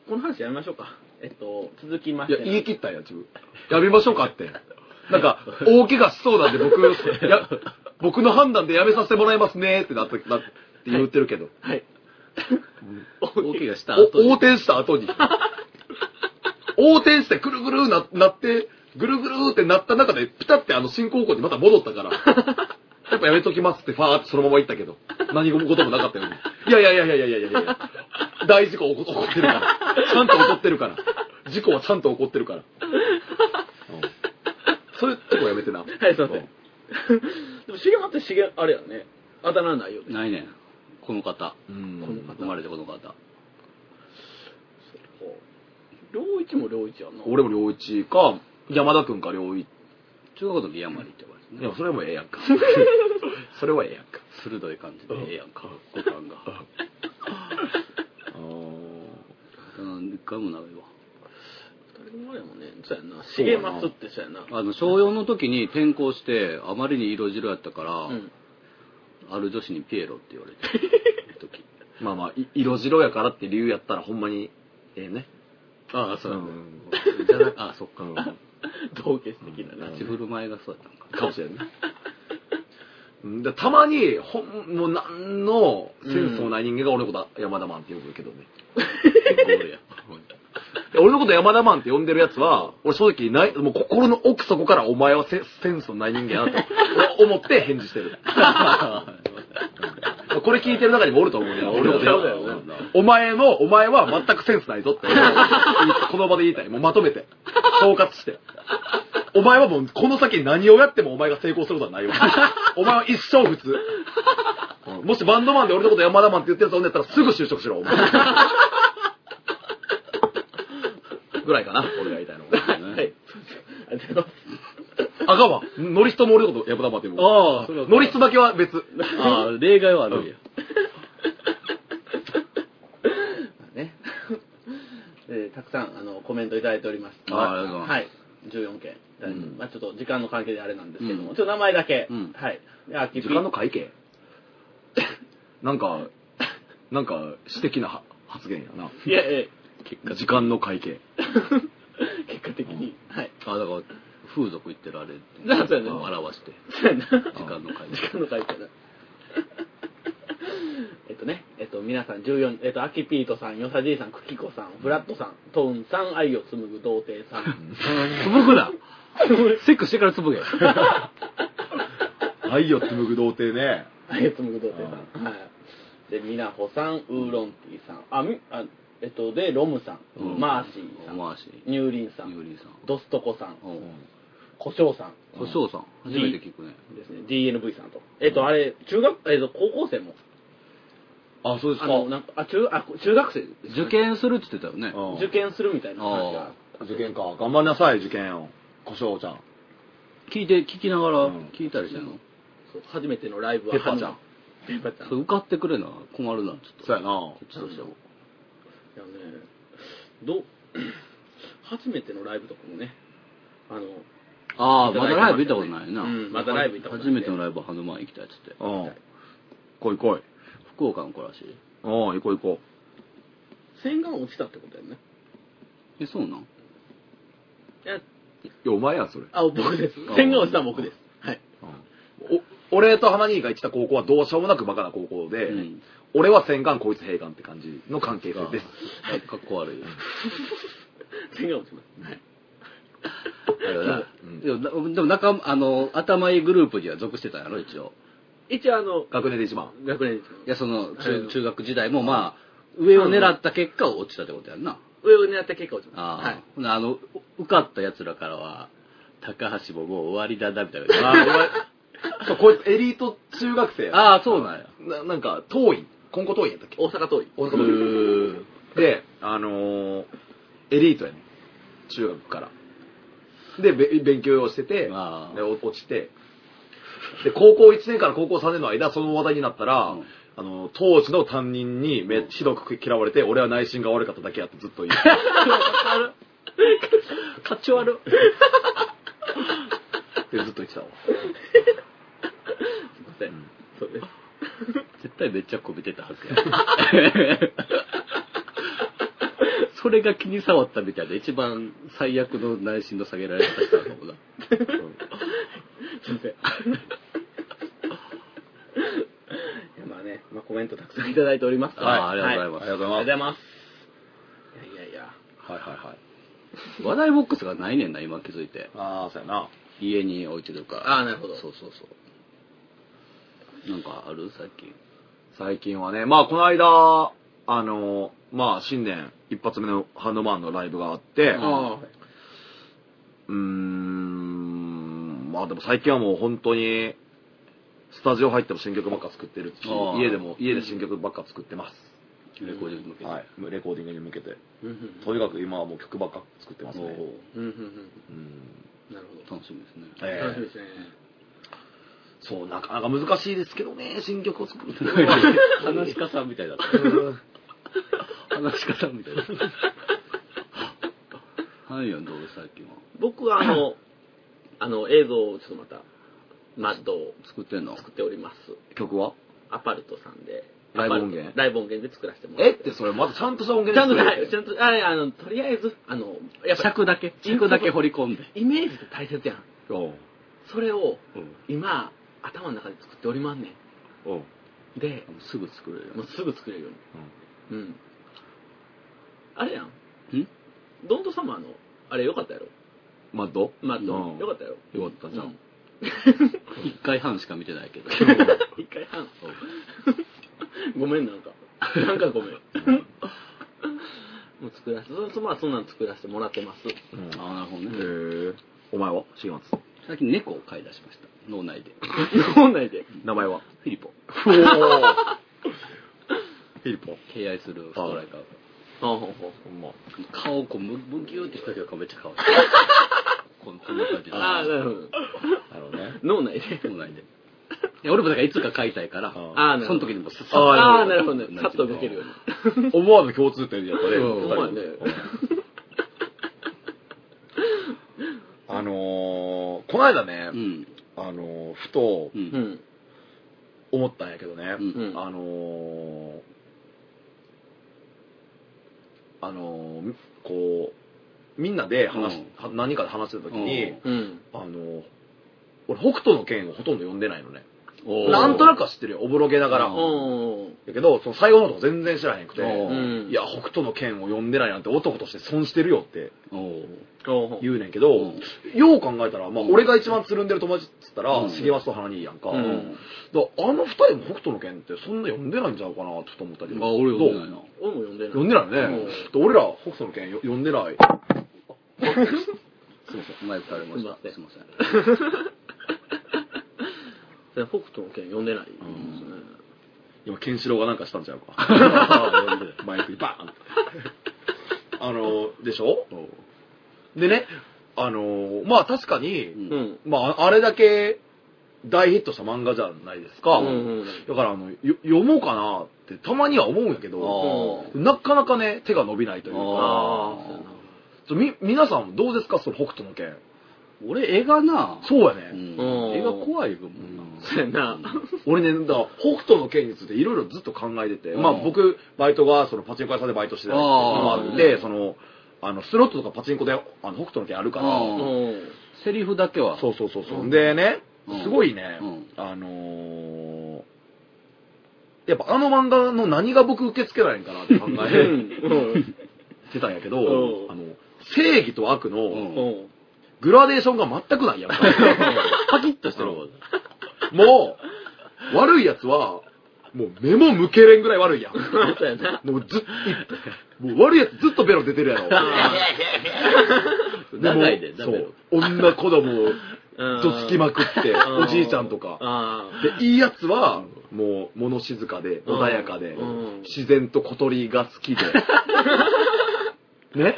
この話やめましょうか。えっと、続きま
い
し
や、
て。
言い切ったんや、自分。やめましょうかって。なんか、大怪我しそうなんで僕、いや僕の判断でやめさせてもらいますねってなって、なって言ってるけど。
はい。
大きがした
お
後に
横転した後 に。横転してぐるぐるななって、ぐるぐるってなった中で、ピタってあの進行方向にまた戻ったから。やっぱやめときますって、ファーってそのまま言ったけど、何事もなかったように。いやいやいやいやいやいやいやいや大事故起こ起こってるから。ちゃんと起こってるから。事故はちゃんと起こってるから。うんそういうとこやめてな。
はい、す
う
いませ
ん
ん。でも、しげまってしげ、あれやね。あだ名ないよね。
ないねん。この方。
うん
この方
生まれてこの方。
両一も両一やな。
俺も良一か、山田くんか良一。
中学の時ヤマリって呼ばれて
いや
ね。、
それもええやんか。それはええやんか。
鋭い感じでええやんか。
五感が。
うん一回もないわ。
誰もあれやもんね。そうやんな。しげまつってそうやな。
あの、小4の時に転校して、あまりに色白やったから、
うん。
ある女子にピエロって言われて時
まあまあ、い色白やからって理由やったらほんまに、ええね。
ああ、
う
そうやね
ん。
じゃな ああ、そっか。
同決的なな。
立ち振る舞いがそうやったんか。
かもしれんね。うんでたまに、ほん、もうなんのセンスもない人間が俺のこと山田マンって呼ぶけどね。
ゴールや。
で俺のこと山田マンって呼んでるやつは、俺正直ない、もう心の奥底からお前はセセンスのない人間だと思って返事してる。これ聞いてる中にもおると思うよ。俺のこと山田
そうだよ
よ。お前も、お前は全くセンスないぞって。この場で言いたい。もうまとめて。総括して。お前はもうこの先何をやってもお前が成功することはないわ。お前は一生普通。うんもしバンドマンで俺のこと山田マンって言ってるやつおんねやったらすぐ就職しろ、お前。ぐらいかな、俺が言いたいのは。
はい。 ありがとうございます
あかんわ。ノリストも俺のこと、ヤブダマって呼ぶ。
ああそれは
ノリストだけは別。
ああ、例外はあるんや。
ね。えーたくさんあのコメントいただいております。
あありがとうございます
はい。14件。まあちょっと時間の関係であれなんですけども、ちょっと名前だけ。
うん
はい。で、アキ
時
ピ。
間の会計なんか、なんか、私的なは発言やな。
いや い
結果、
時間の会計。
や結果的に。はい。
あだから、風俗行ってられる。
だそうやね
表して。
そうやな。
時間の会
時 間の会計だ。えっとね、えっと、皆さん14、えっと、アキピートさん、ヨサじいさん、クキコさん、フラットさん、トーンさん、愛を紡ぐ童貞さん。
つぶく なセックスしてからつぶけ。
愛を紡ぐ童貞ね。
はい、つむぐ童貞さん。はい。で、みなほさん、ウーロンティーさん。あ、み、あ、えっと、で、ロムさん、
うん
マーシーさん、
マーシー
ニューリンさ、
ゆうんりさん。
ドストコさん、
うん。
コショウさん
小翔さん。初めて聞くね。
ですね、DNV さんと。えっと、あれ、中学、えっと、高校生も。
あ、そうです
あ
か。
の、なんか、あ、中、あ、中学生ですね
受験するって言ってたよね。
うん
受験するみたいな話が。
受験か。頑張んなさい、受験を。小翔ちゃん。
聞いて、聞きながら
うん
聞いたりしてんの、
そう初めてのライブは
ペッパーちゃん。
ペッパーちゃん。
それ受かってくれな。困るな、ちょっと。
そうやな。
こっちとしても。
いやね、ど、 初めてのライブとかもね、あの、
ああ、まだライブ行ったことないな。
うんまだライブ行ったことない
初めてのライブは花前行きたいっつって。
うん。来い来い。
福岡の子らしい。
うん、行こう行こ
洗顔落ちたってことやね。
え、そうなん
いや
う。いや、お前や、それ。
あ、僕です
あ。
洗顔をした僕です。はい。
お俺と花兄が行った高校はどうしようもなくバカな高校で、
うん
俺は洗顔、こいつ平眼って感じの関係性です。
あかっこ悪いよ。
洗顔落ちます。はい。
あれだ
うん
でもなでも仲、あの、頭いいグループには属してたんやろ、一応。
一応あの、
学年で一番。
学年です
いや、その、
は
中
い
中学時代も、まあ、上を狙った結果落ちたってことやんな。
上を狙った結果落ちます。は
あ
い。
あ、あの、う受かった奴らからは、高橋ももう終わりだな、みたい
あ
な。
ーお前そうこいつエリート中学生や
ああ、そうなんや。
ななんか、遠い。今後遠いやったっけ
大阪桐
大
う
阪
ーん。
で。で、あのーエリートやね中学から。で、べ勉強をしてて、
あー
でお落ちて、で、高校1年から高校3年の間、その話題になったら、
うん
あの、当時の担任にめひどく嫌われて、俺は内心が悪かっただけやってずっと言う。
かっちょ悪い。
でずっと言ってたわ。
すいません。そうです。
絶対めっちゃこびてたはずや。 それが気に障ったみたいで、一番最悪の内心の下げられ方したのかも な。
すいません。いやまあね、まあコメントたくさんいただいておりますから。
はいありがとうございます
は
ありがとうございます
ありがとうございます。いやいやいや。
はいはいはい。
話題ボックスがないねんな、今気づいて。
ああ、そうやな。
家に置いてるから。
あーなるほど
そうそうそう。なんかある最近。
最近はね、まあこの間、あの、まあ新年一発目のハンドマンのライブがあって、
うん
あ
うーん、まあでも最近はもう本当に、スタジオ入っても新曲ばっか作ってるし、
あー
家でも、家で新曲ばっか作ってます。
レコーディング向けて。
はい。レコーディングに向けて。
あ。うんうん
とにかく今はもう曲ばっか作ってます
お
ね。
ー
うんうんう
う
ん。
ん。
なるほ
楽しみですね。
え
ど。
え
楽しみですね。
そう、なかなか難しいですけどね、新曲を作るって。
話し家さんみたいだった。話し家さんみたいだった。はいよ、どう最近は。
僕はあの、あの映像をちょっとまた、マッドを
作ってんの
作っております。
曲は
アパルトさんで。
ライブ音源
ライブ音源で作らせてもら
え
っ。
っててそれ、まだちゃんとした音源
ちゃんと、
ですね
はいちゃんと、あれ、あの、とりあえず、あの、やっぱ
尺だけ尺だけ掘り込んで。
イメージって大切やん。
おう
それを、
うん
今、頭の中で作っておりまんね。
おうん
で、
すぐ作れるよ
もうすぐ作れるように。うん。あれやん。
ん
ドントサマーの、あれよかったやろ。
マッド
マット、
うん
よかったよ。
よかったじゃん。
一回半しか見てない けど。
一回半。 ごめん、なんか。なんかごめん。もう作らせて、そまあそんなん作らせてもらってます。
うん
ああ、なるほどね。
へえ。お前は重松。
最近猫を飼い出しました。脳内で。
脳内で。
名前は
フィリポ。
おぉ。フィリポ。
敬愛するストライカーが。
ほうほうほう
ほんま。
顔をこう、むむぎゅーってしたけど、めっちゃ 可愛い。こんこんな感じで。
ああ、なるほど。
なるほどね。
脳内で。
脳内で。いや、俺もだからいつか飼いたいから、
あーなるほど
その時にもさっ
あー
ああ、なるほど。さっと動けるように。
思わぬ共通点やったね。
うん
二人の
思わぬ
あのー、この間ね
う、ん。
あのー、ふと
う。
うんん。
思ったんやけどね
う、ん。
うん。
あのー、あのー、こう、みんなで話し、は何人かで話してた時に、
う
う
ん
ん。
あのー、俺、北斗の剣をほとんど読んでないのね。
おー
なんとなくは知ってるよ、おぼろげながら。
うん
おー
やけど、その最後のとこ全然知らへんくて、
お
ーうん
いや、北斗の剣を読んでないなんて男として損してるよって
おー
ほうほう
言うねんけど、
うん
よう考えたら、まあ、
うん
俺が一番つるんでる友達っつったら、
うん
重松と花兄やんか。
うん
だからあの二人も北斗の剣ってそんな読んでないんちゃうかなってちょっと思ったけど。
あ、俺読んでない
どう
な。
俺も読んでない。
読んでないよね。
うん
ちょっと俺ら北斗の剣よ読んでない。
すいません。前かられました。すいません。
北斗の拳読んでないですね。
今、ケンシロウがなんかしたんちゃ うか。 マイクにバーンってあの、でしょ
おー
でね、あの、まあ確かに、
うん
うん。
まあ、あれだけ大ヒットした漫画じゃないですか。
うんうん
だからあのよ読もうかなってたまには思うんやけど
あ
なかなかね手が伸びないというか
あ
あー
あ、そうやな
そうみ皆さんどうですかその北斗の拳
俺、絵がな、
そうや
う
ね、
ん
うん
絵が怖いもんな。
そうやな。
俺ねだから北斗の拳についていろいろずっと考えてて、
うん
まあ僕バイトがそのパチンコ屋さんでバイトしてたり
あー
もあってそのあのスロットとかパチンコであの北斗の拳あるから
あ
う
ー
ん。
セリフだけは。
そうそうそうそう、
うん
でね
うん
すごいね、
うん
あのーやっぱあの漫画の何が僕受け付けないんかなって考
う
え
ん。
ってたんやけど、
うん
あの正義と悪
う
の
ん
うん。
グラデーションが全くないやんか。
パキッとしてるわ。
もう、悪いやつは、もう目も向けれんぐらい悪いやん。
そうやな。
もうずっと、もう悪いやつずっとベロ出てるや ろ。も
長いで、ダ
そ
メ
う。女子供をどつきまくって、
うん
おじいちゃんとか。
あ
で、いいやつは、もう物静かで、穏やかで
うん、
自然と小鳥が好き で。ね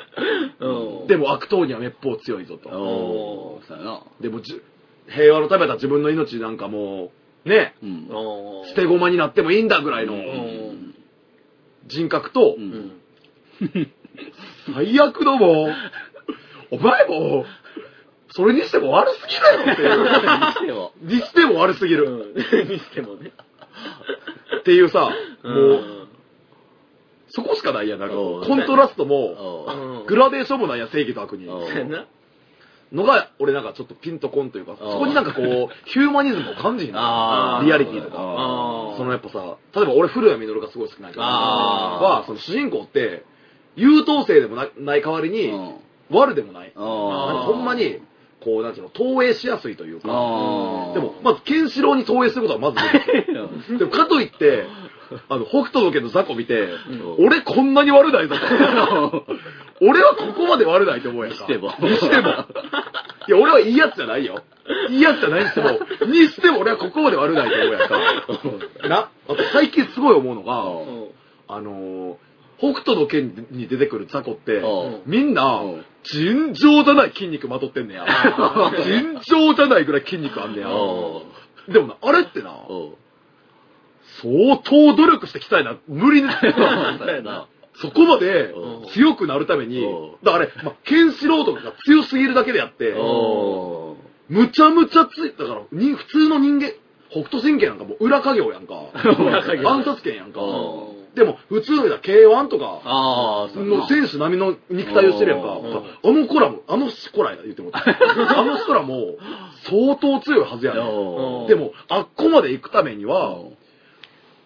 あ。うん。
でも悪党には滅法強いぞと。
おーそうやな。
でもじゅ平和のためだ自分の命なんかもうね
うん。
うん。
捨て駒になってもいいんだぐらいの
うん。
人格と、
う
う。
んん。
最悪だもんお前もそれにしても悪すぎだよって いう
では
にしても悪すぎる
うん。にしてもね。
っていうさも
う。
うんそこしかないやんなんか
う
こ
ん
うコントラストも
おー
うん
グラデーションもないやん正義と悪に
うん
そうやな。
のが俺なんかちょっとピンとこんというかそ
うん
こになんかこうヒューマニズムを感じる
あ
ー
リアリティとか
ああ。
そのやっぱさ、例えば俺古谷実がすごい好きなんだけど、
あー
は、その主人公って、優等生でもなない代わりに、悪でもない。なんか
あ
ほんまに、こう、なんていうの、投影しやすいというか、
あー
でも、まず、ケンシロウに投影することはまずでき るでも、かといって、あの、北斗の拳の雑魚見て、
ん
俺こんなに悪ないぞと。俺はここまで悪ないと思うやんか。
しても
にしても。 いや、俺はいいやつじゃないよ。いいやつじゃないにしても、にしても俺はここまで悪ないと思うやんか。な、あと最近すごい思うのが、
うん
あのー北斗の拳に出てくる雑魚って、
うん
みんな
うん、
尋常じゃない筋肉まとってん ねや。尋常じゃないぐらい筋肉あんねや。でもな、あれってな、相当努力して鍛えな、無理ね。そこまで
うん
強くなるために
うん、
だからあれ、まあ、ケンシロウとかが強すぎるだけであって、むちゃむちゃつい、だから、に普通の人間、北斗神拳なんかもう裏稼業やんか。暗殺拳やんか。
うん
でも、普通のやったら K1 とか、
あーそうやな
の選手並みの肉体をしてるやんか。
うん
あの子らも、あの子らや言って もらった。あの人らも、相当強いはずやねん。
うん
でも、あっこまで行くためには、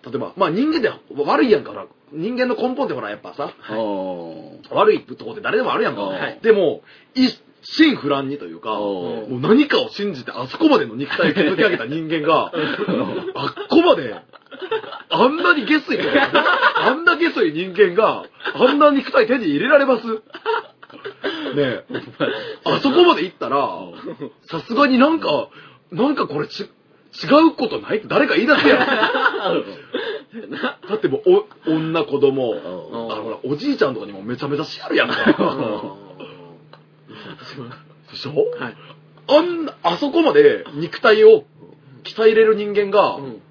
例えば、まあ人間って悪いやんか、ほら人間の根本ってほら、やっぱさ、
あー
悪いとこって誰でもあるやんか。
はい
でも、一心不乱にというか、
あ
も
ー
う何かを信じてあそこまでの肉体を築き上げた人間が、あっこまで、あんなに下水、あんな下水人間が、あんな肉体手に入れられますねえ。あそこまで行ったら、さすがになんか、なんかこれち、違うことないって誰か言い出すやん。だってもう、お、女子供、
うん
あのほら、おじいちゃんとかにもめちゃめちゃしやるやん か。でしょ
はい
あんな、あそこまで肉体を鍛えれる人間が、
うん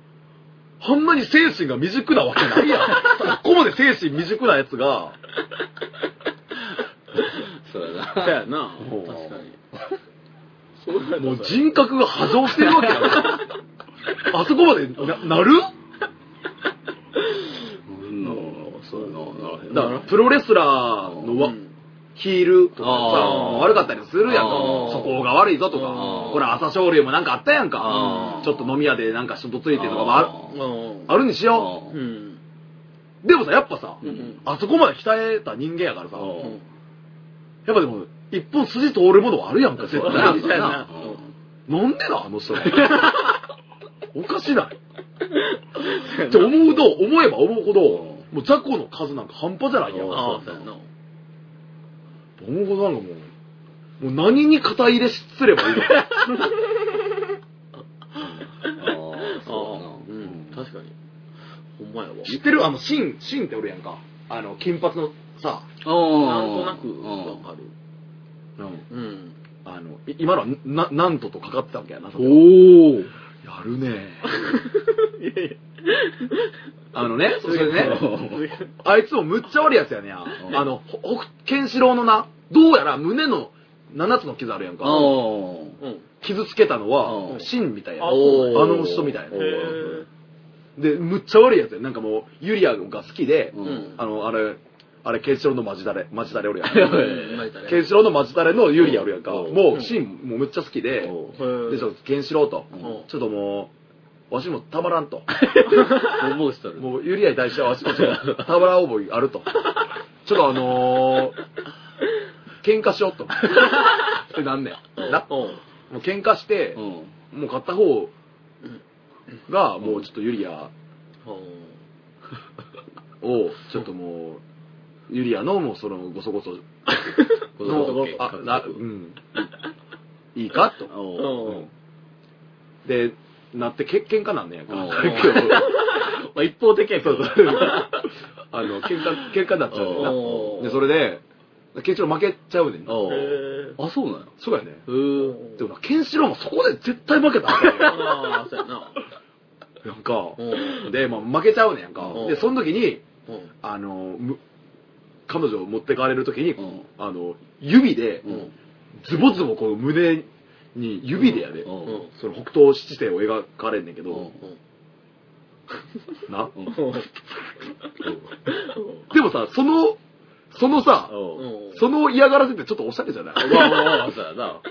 あんなに精神が未熟なわけないやん。あっこまで精神未熟なやつが、
そうやな
そうやな
うん
確かに
もう人格が波状してるわけやろ。あそこまでななる
うんそうやなならへん
だから、プロレスラーのわ、ヒールとかさ、
あー
悪かったりするやんか
あー。
素行が悪いぞとか。
あー
ほら、朝青龍もなんかあったやん
あ
か。
ー
ちょっと飲み屋でなんか人とついてとかもある
あ
うん
あるにしよ
あー
うん
う。でもさ、やっぱさ、
うん
あそこまで鍛えた人間やからさ、
あ
やっ
ー
ぱでも、一本筋通るものはあるやんか、絶対。
そうや
な
な
なんでな、あの人。 おかしない。って思うと、思えば思うほど、もう雑魚の数なんか半端じゃないやん
あ
か
あ。そうやな
思うほどなんかもう、もう何に肩入れすればいいのか。
あーそうやな
あーうん確かにほんまやわ
知ってるあの、シン、シンっておるやんか。あの、金髪のさ、
なんとな
あ
くわかるうん
あの、い今のはな、なんととかかってたわけやな。それは
おお
やるねあのね、それでね、あいつもむっちゃ悪いやつやねや。
うん
あの、ほほケンシロウのな、どうやら胸の7つの傷あるやんか。
あ
うん
傷つけたの
う
は、
ん
シンみたいや。
あ
あ
そう
なんだ
の人みたいな
へ。ー
で、むっちゃ悪いやつや。なんかもう、ユリアが好きで
う、ん
うん
あの、あれ、あれ、ケンシロウのマジダレ、マジダレおるやん。
うん泣いたね
ケンシロウのマジダレのユリアおるやんか。
うん
も
うん
う、シンもめっちゃ好き
ー
で、
お
で、ち
へ
ょっとケンシロウと、
ーうん
ちょっともう、わしもたまらんと。
ー思うしとる
もう、ユリアに対しては、わしもちょっと、たまらん思いあると。ちょっとあのー、喧嘩しようと。ってなんねん。な、
うん
もう喧嘩して
う、ん
もう買った方が、もうちょっとユリアを、ちょっともう、ユリアの、もうその、ごそごそ、
ごそごそ
のあ、な、うん。いいかと。
おー
で、なって、け喧嘩なんねやんか。
うん
まあ一方的やけ
そ
ど
うそう。あの、喧嘩、喧嘩になっちゃうねんな。
お
で、それで、ケンシロウ負けちゃうねん。
お
へ
ー
ー
あそうなんや
そうやね。
うん
でもな、ケンシロウもそこで絶対負けたわけ よ
ああそうやな
なんか
う、ん
で、まあ、負けちゃうねんやんか
う。ん
で、その時に、
うん
あの、む彼女を持ってかれる時に
う、ん
あの、指で、
うん
ズボズボこう胸に指でやで、
うん
うん
その北東七星を描かれんねんけ
う
ど
ん、
な。
う
でもさ、その、そのさ、
んうん
その嫌がらせってちょっとおしゃれじゃない
まあまあまあそうやな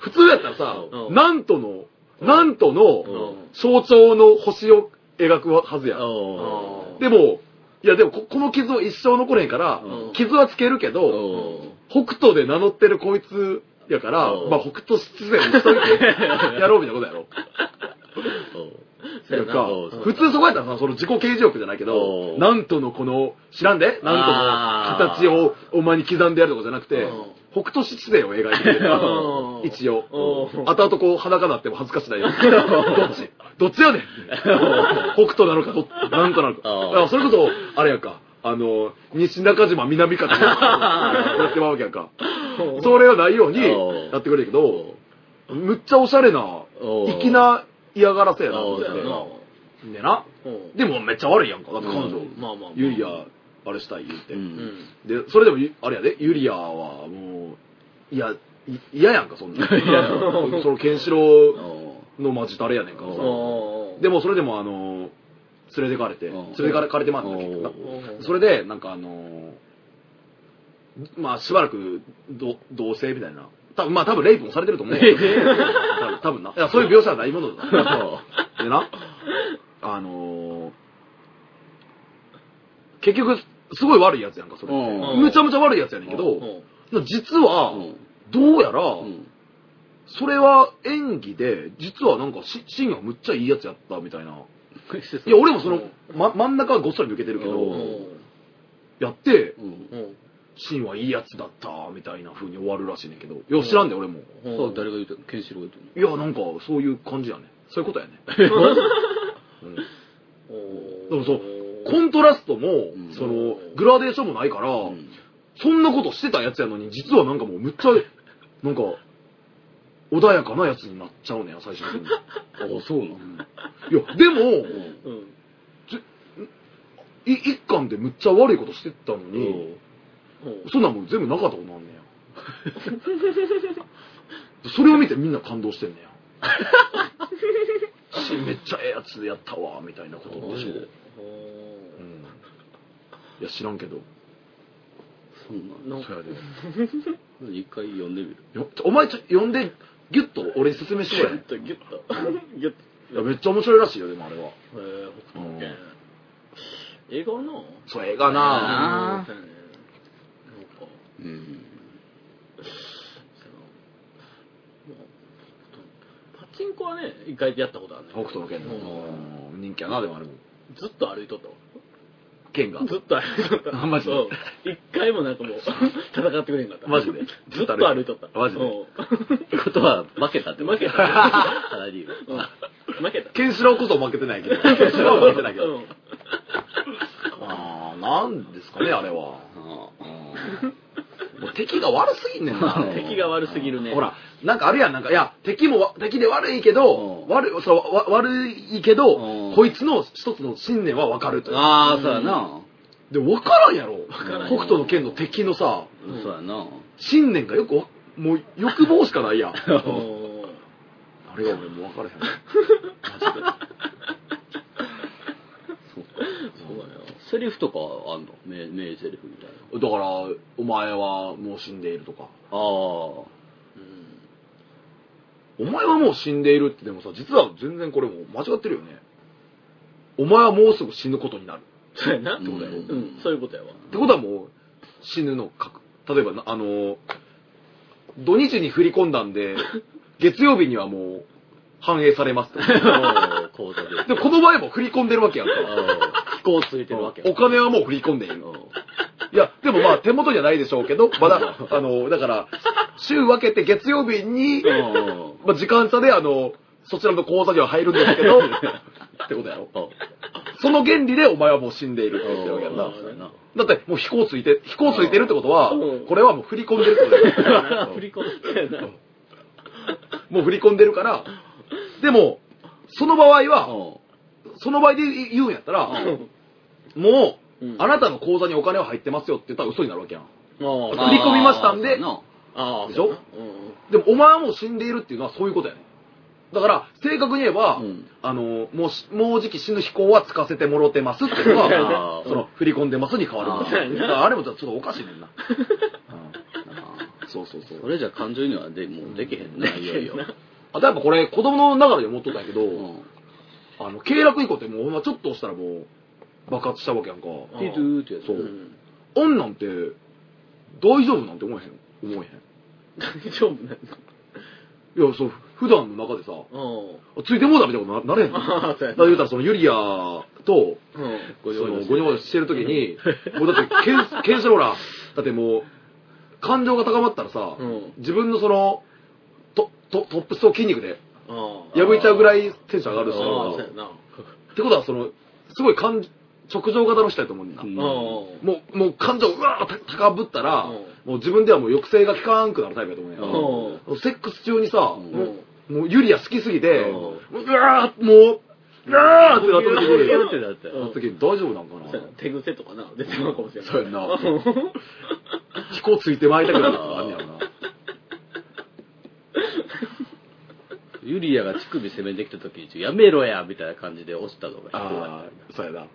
普通やったらさ
う、ん
なんとの、なんと
う
の
ん
象徴の星を描くはずや。
おー
でも、いやでもここの傷を一生残れへんから
うん、
傷はつけるけど、
おー
北斗で名乗ってるこいつやから、
うん
まあ北斗七星にしといてやろうみたいなことやろ。
そうやな
か
うん、
普通そこやったらさ、その自己啓示欲じゃないけ
う
ど、
ん
なんとのこの、知らんでなんとの形をお前に刻んでやるとかじゃなくて
うん、
北斗七星を描いてくれる
うん
一応。
うん
後々こう裸になっても恥ずかし ないよ。どっちどっちやねん北斗なのか、どなんとなのか。
うん
だからそれこそ、あれやんか。あの、西中島南方 とかやってまうわけやんか。それはないように
うん
やってくれるけど、むっちゃおしゃれな、
おー
粋な嫌がらせやな。
うん
そうやな
でな。
うん
でもめっちゃ悪いやんか。だって彼女、
うん
まあまあまあ
ユリア、あれしたい言って。
うん
うん
で、それでもゆ、あれやで、ユリアはもう、いや、い嫌やんか、そん な。 その、ケンシロウ
お
のマジタレやねんから
う
さ
ん。
でも、それでも、あの、連れてかれて、
うん
連れてかれかれてまうんだけどな
う
それで、なんかあの、まあ、しばらく、ど同棲みたいな。多分まあ、多分レイプもされてると思う。多分多分な。いや、そういう描写はないものだな。でな、あのー結局、すごい悪いやつやんか、それって。
うん
むちゃむちゃ悪いやつやねんけ
う
ど、
ん
実は、どうやら、それは演技で、実はなんかし、シンがむっちゃいいやつやったみたいな。いや、俺もその、ま、真ん中はごっそり抜けてるけ
う
ど、
ん
やって、
うん
うん
シンはいいやつだった、みたいな風に終わるらしいねんけど。いや、知らんで、俺も。
うん
そう誰が言うてケンシロウが言うて
いや、なんか、そういう感じやね。そういうことやね。うん
うん
でもそうコントラストも、
うん
その、グラデーションもないから、
んのうん
そんなことしてたやつやのに、実はなんかもうむっちゃ、なんか、穏やかなやつになっちゃうねん、最初に。
あそうなの
いや、でも、
うん
い一巻でむっちゃ悪いことしてたのに、
うん
そんなんもう全部なかったことなんねや。 それを見てみんな感動してんね や。しめっちゃええやつやったわ、みたいなことでしょ。
う
うんいや、知らんけど。
そんなの
ん
そやで。
一回読んでみる
よちょお前ちょ、呼んで、ギュッと俺に説明し
ギ
ろ
ュ
や。
ッとギュッとギュッと
いや、めっちゃ面白いらしいよ、でもあれは。
えー北斗の
う
拳
んそう、
映画の
映画な
な
ぁ。
あ
うんなんか
うん
そのもうパチンコはね一回やったことあるね
北斗の剣の。うん人気やな、でもあれも。
ずっと歩いとったわ
剣 が。
ずっと歩いとった
マジで
うん一回もな んかもう戦ってくれへんかった
マジで
ずっと歩いとった
マジで
うん
ってことは負けたって
負けた
何言う
うん負けた
ケンシロウこそ負けて ないけど。ケンシロウは負けてないけ
う
ど。
ん
あー、なんですかね、あれは。
ああ
もう敵が悪すぎんねんな。あれ
敵が悪すぎるね
ほら、なんかあるやん、なんか、いや、敵もわ、敵で悪いけど、
うん
悪い、そう、わ悪いけど
うん、
こいつの一つの信念は分かるという。
ああそうやな
でも分からんやろ。
からんよ
北斗の剣の敵のさ、
うん
そうやな
信念がよくわ、もう欲望しかないやん。
う
あ
ん
れが俺もう分からへ ん。
そうだよ
セリフとかあんの名名セリフみたいな
だから、お前はもう死んでいるとか。
ああ
うん
お前はもう死んでいるってでもさ、実は全然これもう間違ってるよね。お前はもうすぐ死ぬことになる。
そうやな
ってことやろ
うんそういうことやわ
ってことはもう死ぬのか例えばなあの土日に振り込んだんで月曜日にはもう反映されますって
ああ口座で
でもこの前も振り込んでるわけやんか
飛行ついてるわけ
お金はもう振り込んでいるいやでもまあ手元じゃないでしょうけどまだあのだから週分けて月曜日に、まあ、時間差であのそちらの口座には入るんですけどってことやろその原理でお前はもう死んでいるって言ってるわけやんなだってもう飛行ついて、飛行ついてるってことは
うん、
これはもう振り込んでるってことだよ
振り込んでたよな
もう振り込んでるから、でも、その場合は、その場合で言うんやったら、も
う
う、
ん
あなたの口座にお金は入ってますよって言ったら嘘になるわけやん。
あ
振り込みましたんで
ああ
でしょ
うんうん
でも、お前はもう死んでいるっていうのはそういうことやねだから、正確に言えば、
うん
あの、もうし、もうじき死ぬ飛行はつかせてもろてますっていう の
あ
は
ー、
その、振り込んでますに変わるんだ
あー
だからあれもちょっとおかしいねんな。うんそうそうそう
そ。れじゃ感情にはでもうできへんない よいよ
あとやっぱこれ子供の中で思っとったんやけど、あの、経絡以降ってもうほんまちょっと押したらもう爆発したわけやんか。
ピドゥーってやつ
そう
うん
あんなんて大丈夫なんて思えへん。思え
大丈夫な
へん。いや、そう、普段の中でさ、
の
ついてもうだみたいなことなな れへんの。だか
ああそうや
ら
な
言うたらそのユリアと、
うん
そのゴニョゴニョしてるときに、もうだってケン、ケンシロウら、だってもう、感情が高まったらさ、
うん
自分のその、トトトップスを筋肉で
ああ
破いちゃうぐらいテンション上がるし
ああそうやな
ってことはそのすごい感直情型の人やと思うんだ、
うん
うん
もうもう感情うわーた高ぶったら、
うん
もう自分ではもう抑制が効かんくなるタイプやと思うんや、
う
セックス中にさ、
うん
もうもうユリア好きすぎて、
うん
もううわーもううわーってなった時に
うん
ってなって
なった時に大丈夫なんかな、
そうやな 手癖とかな出てるかもしれない
そうやん な
うん
飛行ついてまいりたくなるとかあんねやろな
ユリアが乳首攻めてきた時にやめろやみたいな感じで押したのが
ああそうやな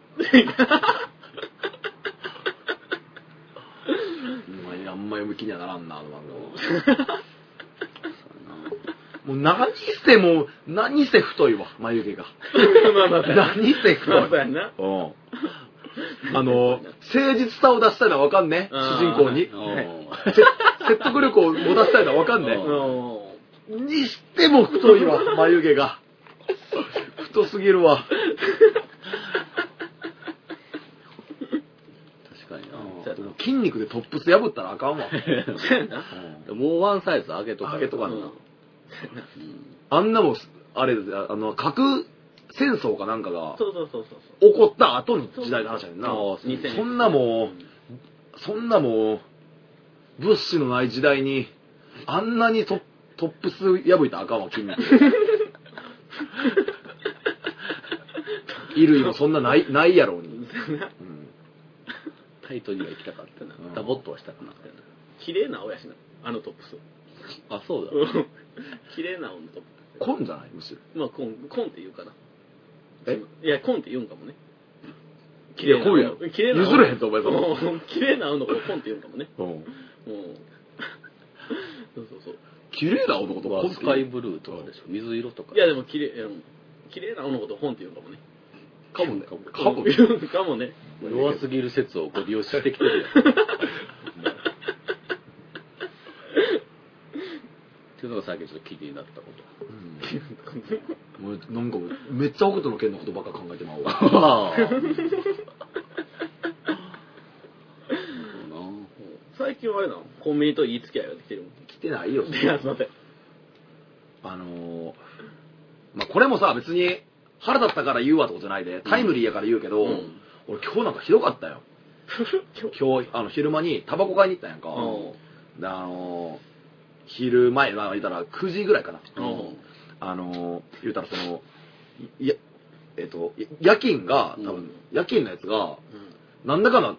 うんまああんまり向きにはならんなあの漫画はもう何せもう何せ太いわ眉毛が
まあまあそうやな
何せ
まあそう
太
や
い
な
うんあの、誠実さを出したいのはわかんね。主人公に。せ説得力を持たせたいのはわかんね。
う
うん
にしても太いわ、眉毛が。太すぎるわ。
確かにな。
筋肉でトップス破ったらあかんわ。
もうワンサイズ上げとか。
上げとかな
うん
あんなもん、あれですよあの、核戦争かなんかが
そうそうそうそうそう。
起こった後の時代の話やねんな。
そうそう
そう
そんなもう、そんなもう、物資のない時代に、あんなにトトップス破いたらあかんわ、筋肉。衣類もそんなない、ないやろうに。うん
タイトには行きたかったな
うん。
ダボっとはしたくなかった
綺麗な青やしな。あのトップス。
な。あ、そうだ。
うん綺麗な青のトップ
紺じゃないむしろ。
ス。まあ、コン、コンって言うかな。
え
いや、コンって言うんかもね。
いや紺やろ
綺麗な青
譲れへんぞお前そんな
うん綺麗な青の子をコンって言うんかもね。
うん。
うん。そうそうそう。
綺麗な男と
まあ
紺っ
ス
て
カイブルーとかでしょ。水色とか。
いや、でも綺麗、いや綺麗な青の子と本って言うんかもね。
かもね。かも
かもかも ね。
弱すぎる説をご利用してきて るやん。っていうのが最近ちょっと気になったこ
うんもうなんかめっちゃ北斗の剣のことばっか考えてまうわ。
と。ああ。そう
最近はあれなのコンビニといい付き合いができてるもん。
来てないよ。
いや、すいません。
あのーまあ、これもさ、別に腹立ったから言うわってことじゃないで、タイムリーやから言うけど、
うん
俺今日なんかひどかったよ。
今日。
今日、あの、昼間にタバコ買いに行ったんやんか。で、あのー昼前、まあ、言うたら9時ぐらいかな。
うん
あのー言うたらその、いや、えっと、や夜勤が、多分、
うん
夜勤のやつが、なんだかの、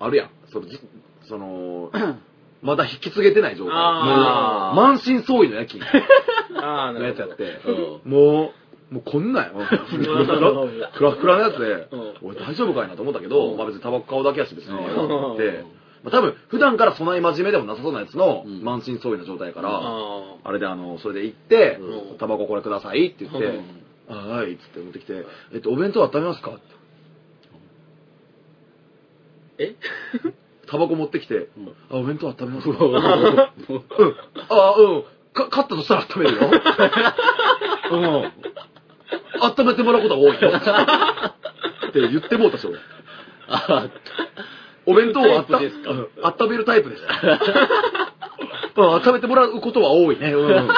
あるやん。その、じそ の、まだ引き継げてない状態。
あー
もう満身創痍の夜勤
ああ、
の
な
や
る
つや
ほ
っ
ど。
て、
うん
もう、もうこんなんや。フラフラのやつで
うん、
俺大丈夫かいなと思ったけど、
うん
まあ別にタバコ買うだけやし別にいいやと思っ
う
て、まあ多分普段から備え真面目でもなさそうなやつの
うん
満身創痍な状態やから、
あ
あれであの、それで行って
う、ん
タバコこれくださいって言っ
う
て、あはいっつって持ってきて、えっと、お弁当温めますかって
え
タバコ持ってきて
ん、
あ、お弁当温め ますか うん。あ、うん。か、勝ったとしたら温める よ。うん。温めてもらうことが多いよ。って言ってもうたし、俺。お弁当をあった、
そういうタイプですか
うん温めるタイプ です。うん、温めてもらうことは多いね。うん。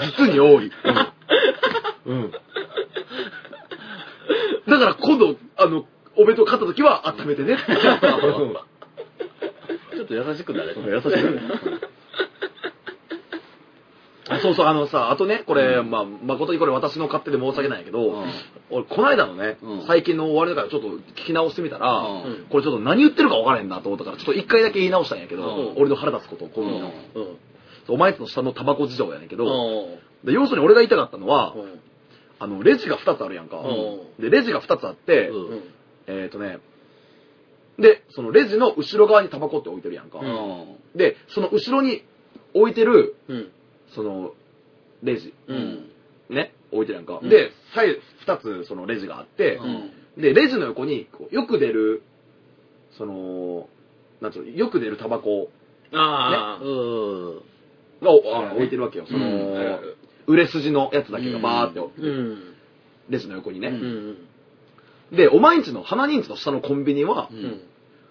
実に多い。うん。うん、だから今度、あの、お弁当買った時は温めて ね。うん
ちょっと優しくなれた。
優しい。あそうそう、あのさ、あとね、これ、まあ、誠にこれ私の勝手で申し訳ないんやけど、
うん
俺、こないだのね、
うん
最近の終わりだからちょっと聞き直してみたら、
うん
これちょっと何言ってるか分からへんなと思ったから、ちょっと一回だけ言い直したんやけど、
うん
俺の腹立つことを、こういうの、
う
うん。
お前との下のタバコ事情やねんけど、
うん。
で要するに俺が言いたかったのは、
うん
あの、レジが2つあるやんか。
う
で、レジが2つあって、
うん
うん。
えっ、とね、で、そのレジの後ろ側にタバコって置いてるやんか。
ん
で、その後ろに置いてる、
うん。
その、レジ、
うん。
ね、置いてるやんか。
うん
で、さえ、二つ、そのレジがあって、
うん
で、レジの横に、こうよく出る、その、なんつうの、よく出るタバコ
ああ、
うん
がおあの置いてるわけよ。その、
うん
あるある
売れ筋のやつだけがバーって、
うん。
レジの横にね。
うん。うん。
で、お前んちの、花人ちの下のコンビニは、
う
うんん。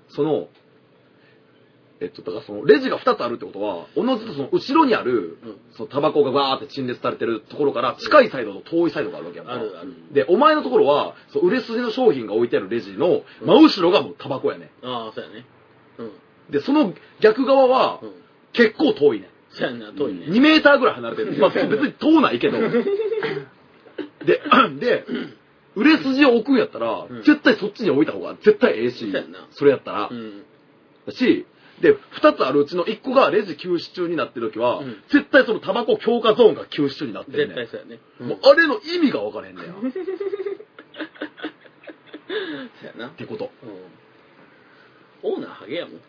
その、えっと、だからその、レジが二つあるってことは、おのずとその、後ろにある、その、タバコがバーって陳列されてるところから、近いサイドと遠いサイドがあるわけやんか。
あるある。
で、お前のところは、そう売れ筋の商品が置いてあるレジの真後ろがもうタバコやね。
ああ、そうやね。うん。
で、その逆側は
うん。
結構遠いね。
そうやな、遠いね。
2メーターぐらい離れて る。まあ別に遠ないけど。で、で、 売れ筋を置くんやったら
うん、
絶対そっちに置いた方が絶対ええし
そうやな、
それやったら
う。ん。
だし、で、2つあるうちの1個がレジ休止中になってる時は
うん、
絶対そのタバコ強化ゾーンが休止中になってる
絶
ね
対。そうやね。
もうあれの意味が分からへんねん。っ
そうやな。
てこと。
うん。オーナーハゲやもん。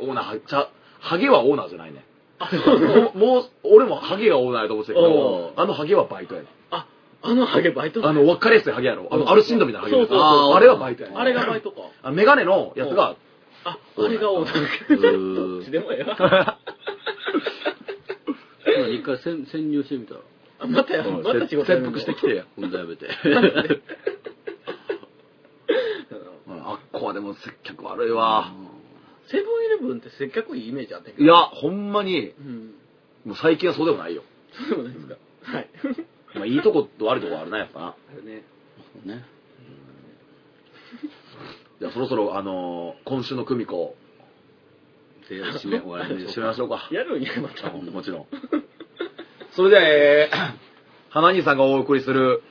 オーナーは、ちゃ、ハゲはオーナーじゃないね。
あ、そう
もう、もう俺もハゲがオーナーやと思ってたけ
お
ど
う、
あのハゲはバイトやね。
あ、あのハゲバイト
あの、わかりやすいハゲやろ。あの、アルシンドみたいなハゲ
そうそうそう
あーあれはバイトやね。
あれがバイトか。
あのメガネのやつが、
あ、あれがオーナ
う
ー。どっち
ーん
でもええわ。
今一回潜潜入してみたら
あまたや、また仕事や
切
めんの
腹してきてや。
ほんとやめて
うんあっこはでも接客悪いわ。
セブンイレブンって接客いいイメージあったけど。
いや、ほんまに、
うん。
もう最近はそうでもないよ。
そうでもないですか。はい。
まあ、いいとこと悪いとこはあるな、やっぱな。
ね。
ね
じゃあそろそろ、あのー今週の組子、
で締め終わりにし
締
ま
めましょうか。
やるんや、また。
うんもち ろん。それでは、えー、 花兄さんがお送りする、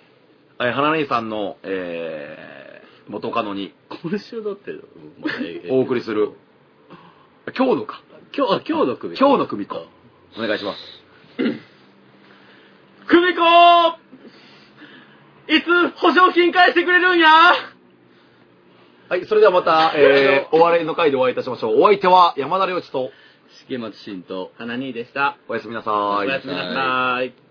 えー花兄さんの、えー、元カノに
今週だって、うんまあええ
お送りする、今日のか。
今日あ今日の組
今日の組子。お願いします。
久美子いつ保証金返してくれるんや
はい、それではまた、え ー、お笑いの会でお会いいたしましょう。お相手は山田良一と、
重松慎と
花兄でした。
おやすみなさ
お
ーい。
やすみなさい。